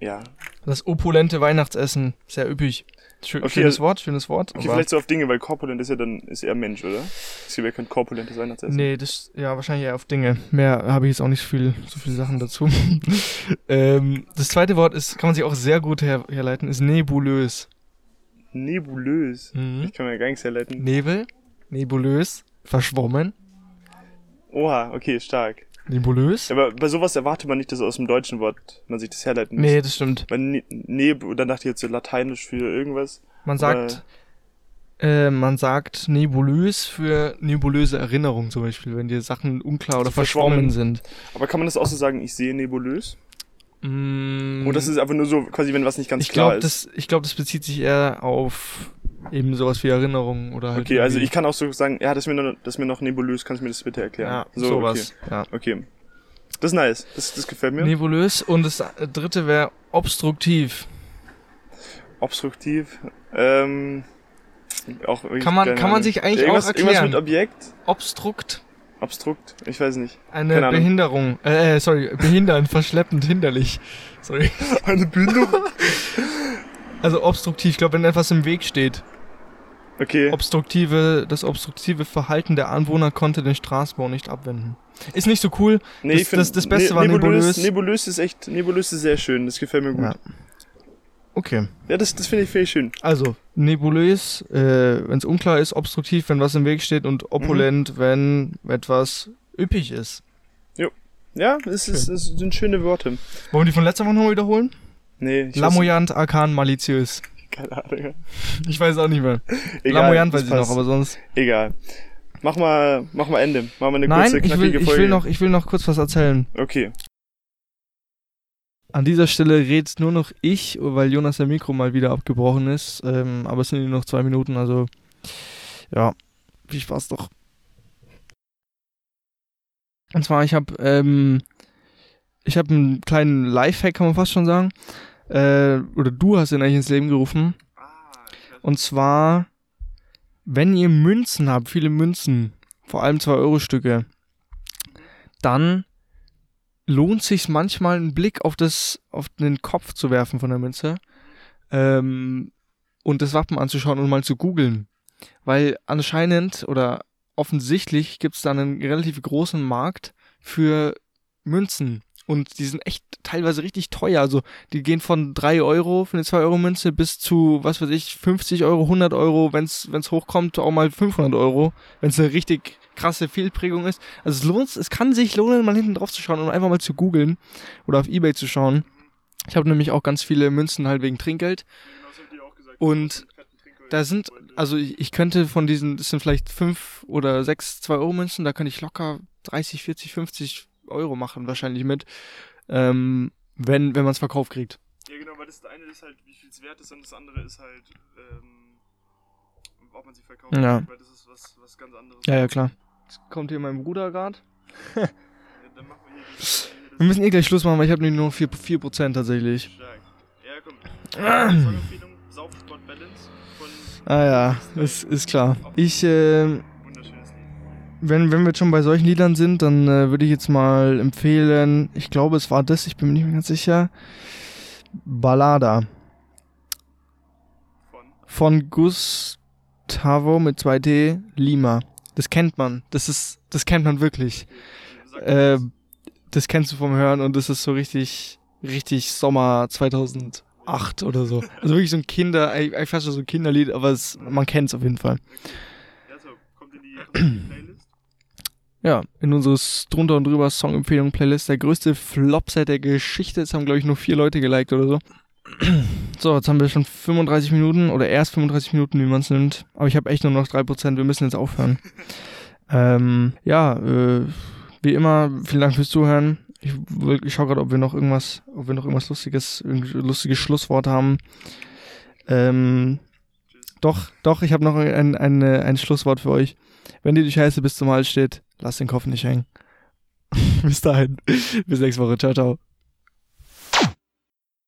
Speaker 2: ja.
Speaker 1: Das opulente Weihnachtsessen, sehr üppig. Schön,
Speaker 2: Okay,
Speaker 1: schönes
Speaker 2: also-
Speaker 1: Wort, schönes Wort.
Speaker 2: Okay,
Speaker 1: aber-
Speaker 2: vielleicht so auf Dinge, weil korpulent ist ja dann, ist eher Mensch, oder? Es gibt ja kein korpulentes Weihnachtsessen.
Speaker 1: Nee, das, ja, wahrscheinlich eher auf Dinge. Mehr habe ich jetzt auch nicht so viel, so viele Sachen dazu. ähm, das zweite Wort ist, kann man sich auch sehr gut her, herleiten, ist nebulös.
Speaker 2: Nebulös.
Speaker 1: Mhm.
Speaker 2: Ich kann mir gar nichts herleiten.
Speaker 1: Nebel, nebulös, verschwommen,
Speaker 2: Oha, okay, stark.
Speaker 1: nebulös.
Speaker 2: Aber bei sowas erwartet man nicht, dass aus dem deutschen Wort man sich das herleiten muss.
Speaker 1: Nee, das stimmt.
Speaker 2: Weil ne Nebel, und dann dachte ich jetzt so lateinisch für irgendwas.
Speaker 1: Man sagt, äh, man sagt nebulös für nebulöse Erinnerung zum Beispiel, wenn dir Sachen unklar oder verschwommen
Speaker 2: verschwommen.
Speaker 1: sind.
Speaker 2: Aber kann man das auch so sagen, ich sehe nebulös?
Speaker 1: Mm,
Speaker 2: Oder Oh, das ist einfach nur so, quasi, wenn was nicht ganz
Speaker 1: ich
Speaker 2: klar
Speaker 1: glaube,
Speaker 2: ist?
Speaker 1: das, ich glaub, das bezieht sich eher auf eben sowas wie Erinnerungen oder halt.
Speaker 2: Okay, also ich
Speaker 1: irgendwie-
Speaker 2: kann auch so sagen, ja, das ist mir noch, das ist mir noch nebulös, kannst du mir das bitte erklären?
Speaker 1: ja,
Speaker 2: so,
Speaker 1: sowas. Ja.
Speaker 2: Okay. okay. Das ist nice. Das, das gefällt mir.
Speaker 1: Nebulös und das äh, dritte wäre obstruktiv.
Speaker 2: Obstruktiv. Ähm, auch irgendwie
Speaker 1: Kann man-
Speaker 2: keine
Speaker 1: kann man
Speaker 2: Ahnung.
Speaker 1: sich eigentlich auch
Speaker 2: irgendwas, Irgendwas
Speaker 1: erklären?
Speaker 2: mit Objekt?
Speaker 1: Obstrukt,
Speaker 2: Obstrukt? Ich weiß nicht.
Speaker 1: eine
Speaker 2: Keine Ahnung.
Speaker 1: Behinderung. Äh, äh, sorry, behindern, verschleppend, hinderlich. Sorry.
Speaker 2: Eine Bindung?
Speaker 1: Also obstruktiv, ich glaube, wenn etwas im Weg steht.
Speaker 2: Okay.
Speaker 1: Obstruktive, das obstruktive Verhalten der Anwohner konnte den Straßenbau nicht abwenden. Ist nicht so cool.
Speaker 2: nee,
Speaker 1: das-
Speaker 2: ich find, ne-,
Speaker 1: das- das Beste war nebulös.
Speaker 2: nebulös. Nebulös ist echt, nebulös ist sehr schön. Das gefällt mir gut.
Speaker 1: Ja.
Speaker 2: Ja,
Speaker 1: Okay.
Speaker 2: das, das finde ich, finde ich schön.
Speaker 1: Also, nebulös, äh, wenn es unklar ist, obstruktiv, wenn was im Weg steht und
Speaker 2: Mhm.
Speaker 1: opulent, wenn etwas üppig ist.
Speaker 2: Ja, es, ist, es sind schöne Worte.
Speaker 1: Wollen wir die von letzter Woche nochmal wiederholen?
Speaker 2: Nee, ich weiß
Speaker 1: Lamoyant, arkan, maliziös.
Speaker 2: nicht, keine Ahnung.
Speaker 1: Ich weiß auch nicht mehr.
Speaker 2: Egal,
Speaker 1: Lamoyant
Speaker 2: das
Speaker 1: weiß ich noch,
Speaker 2: passt.
Speaker 1: aber sonst.
Speaker 2: Egal. Mach mal, mach mal Ende. Mach mal eine
Speaker 1: Nein,
Speaker 2: kurze,
Speaker 1: ich
Speaker 2: knackige
Speaker 1: will, ich,
Speaker 2: Folge.
Speaker 1: will noch, ich will noch kurz was erzählen.
Speaker 2: Okay.
Speaker 1: An dieser Stelle redet nur noch ich, weil Jonas der Mikro mal wieder abgebrochen ist. Ähm, aber es sind nur noch zwei Minuten, also ja, viel Spaß doch. Und zwar, ich habe ähm, ich habe einen kleinen Lifehack, kann man fast schon sagen. Äh, oder du hast ihn eigentlich ins Leben gerufen. Und zwar, wenn ihr Münzen habt, viele Münzen, vor allem 2-Euro-Stücke, dann lohnt sich manchmal einen Blick auf das, auf den Kopf zu werfen von der Münze ähm, und das Wappen anzuschauen und mal zu googeln. Weil anscheinend oder offensichtlich gibt es da einen relativ großen Markt für Münzen. Und die sind echt teilweise richtig teuer. Also die gehen von 3 Euro für eine 2-Euro-Münze bis zu, was weiß ich, 50 Euro, 100 Euro, wenn es hochkommt, auch mal 500 Euro, wenn es eine richtig krasse Fehlprägung ist. Also es lohnt, es kann sich lohnen, mal hinten drauf zu schauen und einfach mal zu googeln oder auf Ebay zu schauen. Ich habe nämlich auch ganz viele Münzen halt wegen Trinkgeld. Und da sind, also ich, ich könnte von diesen, das sind vielleicht fünf oder sechs 2-Euro-Münzen, da könnte ich locker 30, 40, 50 Euro machen wahrscheinlich mit, ähm, wenn, wenn man es verkauft kriegt.
Speaker 2: Ja, genau, weil das eine ist halt, wie viel es wert ist, und das andere ist halt, ähm, ob man sie verkauft.
Speaker 1: Ja.
Speaker 2: Weil das ist was, was ganz anderes.
Speaker 1: Ja, ja, klar. Jetzt kommt hier mein Bruder gerade.
Speaker 2: Dann machen wir hier das.
Speaker 1: Wir müssen eh gleich Schluss machen, weil ich habe nur noch 4%, 4% tatsächlich.
Speaker 2: Stark. Ja, komm.
Speaker 1: Hm.
Speaker 2: Songempfehlung, Saufsport Balance von
Speaker 1: Ah ja, ist, ist klar. Ich, ähm,
Speaker 2: wunderschönes Lied.
Speaker 1: wenn, wenn wir jetzt schon bei solchen Liedern sind, dann äh, würde ich jetzt mal empfehlen, ich glaube, es war das, ich bin mir nicht mehr ganz sicher. Ballada
Speaker 2: Von.
Speaker 1: von Gustavo mit 2D Lima. Das kennt man. Das ist, das kennt man wirklich.
Speaker 2: Sag
Speaker 1: Äh,
Speaker 2: mal
Speaker 1: das kennst du vom Hören und das ist so richtig, richtig Sommer 2008 oder so. Also wirklich so ein Kinder, ich ich fast schon so ein Kinderlied, aber es, man kennt es auf jeden Fall.
Speaker 2: was. Ja, so, kommt in die, kommt in die Playlist.
Speaker 1: Ja, in unseres drunter und drüber Songempfehlung Playlist. Der größte Flopset der Geschichte. Das haben, glaube ich, nur vier Leute geliked oder so. So, jetzt haben wir schon 35 Minuten oder erst 35 Minuten, wie man es nimmt. Aber ich habe echt nur noch 3%. Wir müssen jetzt aufhören. ähm, ja, äh, wie immer, vielen Dank fürs Zuhören. Ich, will- ich schaue gerade, ob wir noch irgendwas, ob wir noch irgendwas lustiges, irgend- lustiges Schlusswort haben. Ähm, doch, doch, ich habe noch ein, ein, äh, ein Schlusswort für euch. Wenn dir die Scheiße bis zum Hals steht, lass den Kopf nicht hängen. bis dahin. Bis nächste Woche. Ciao, ciao.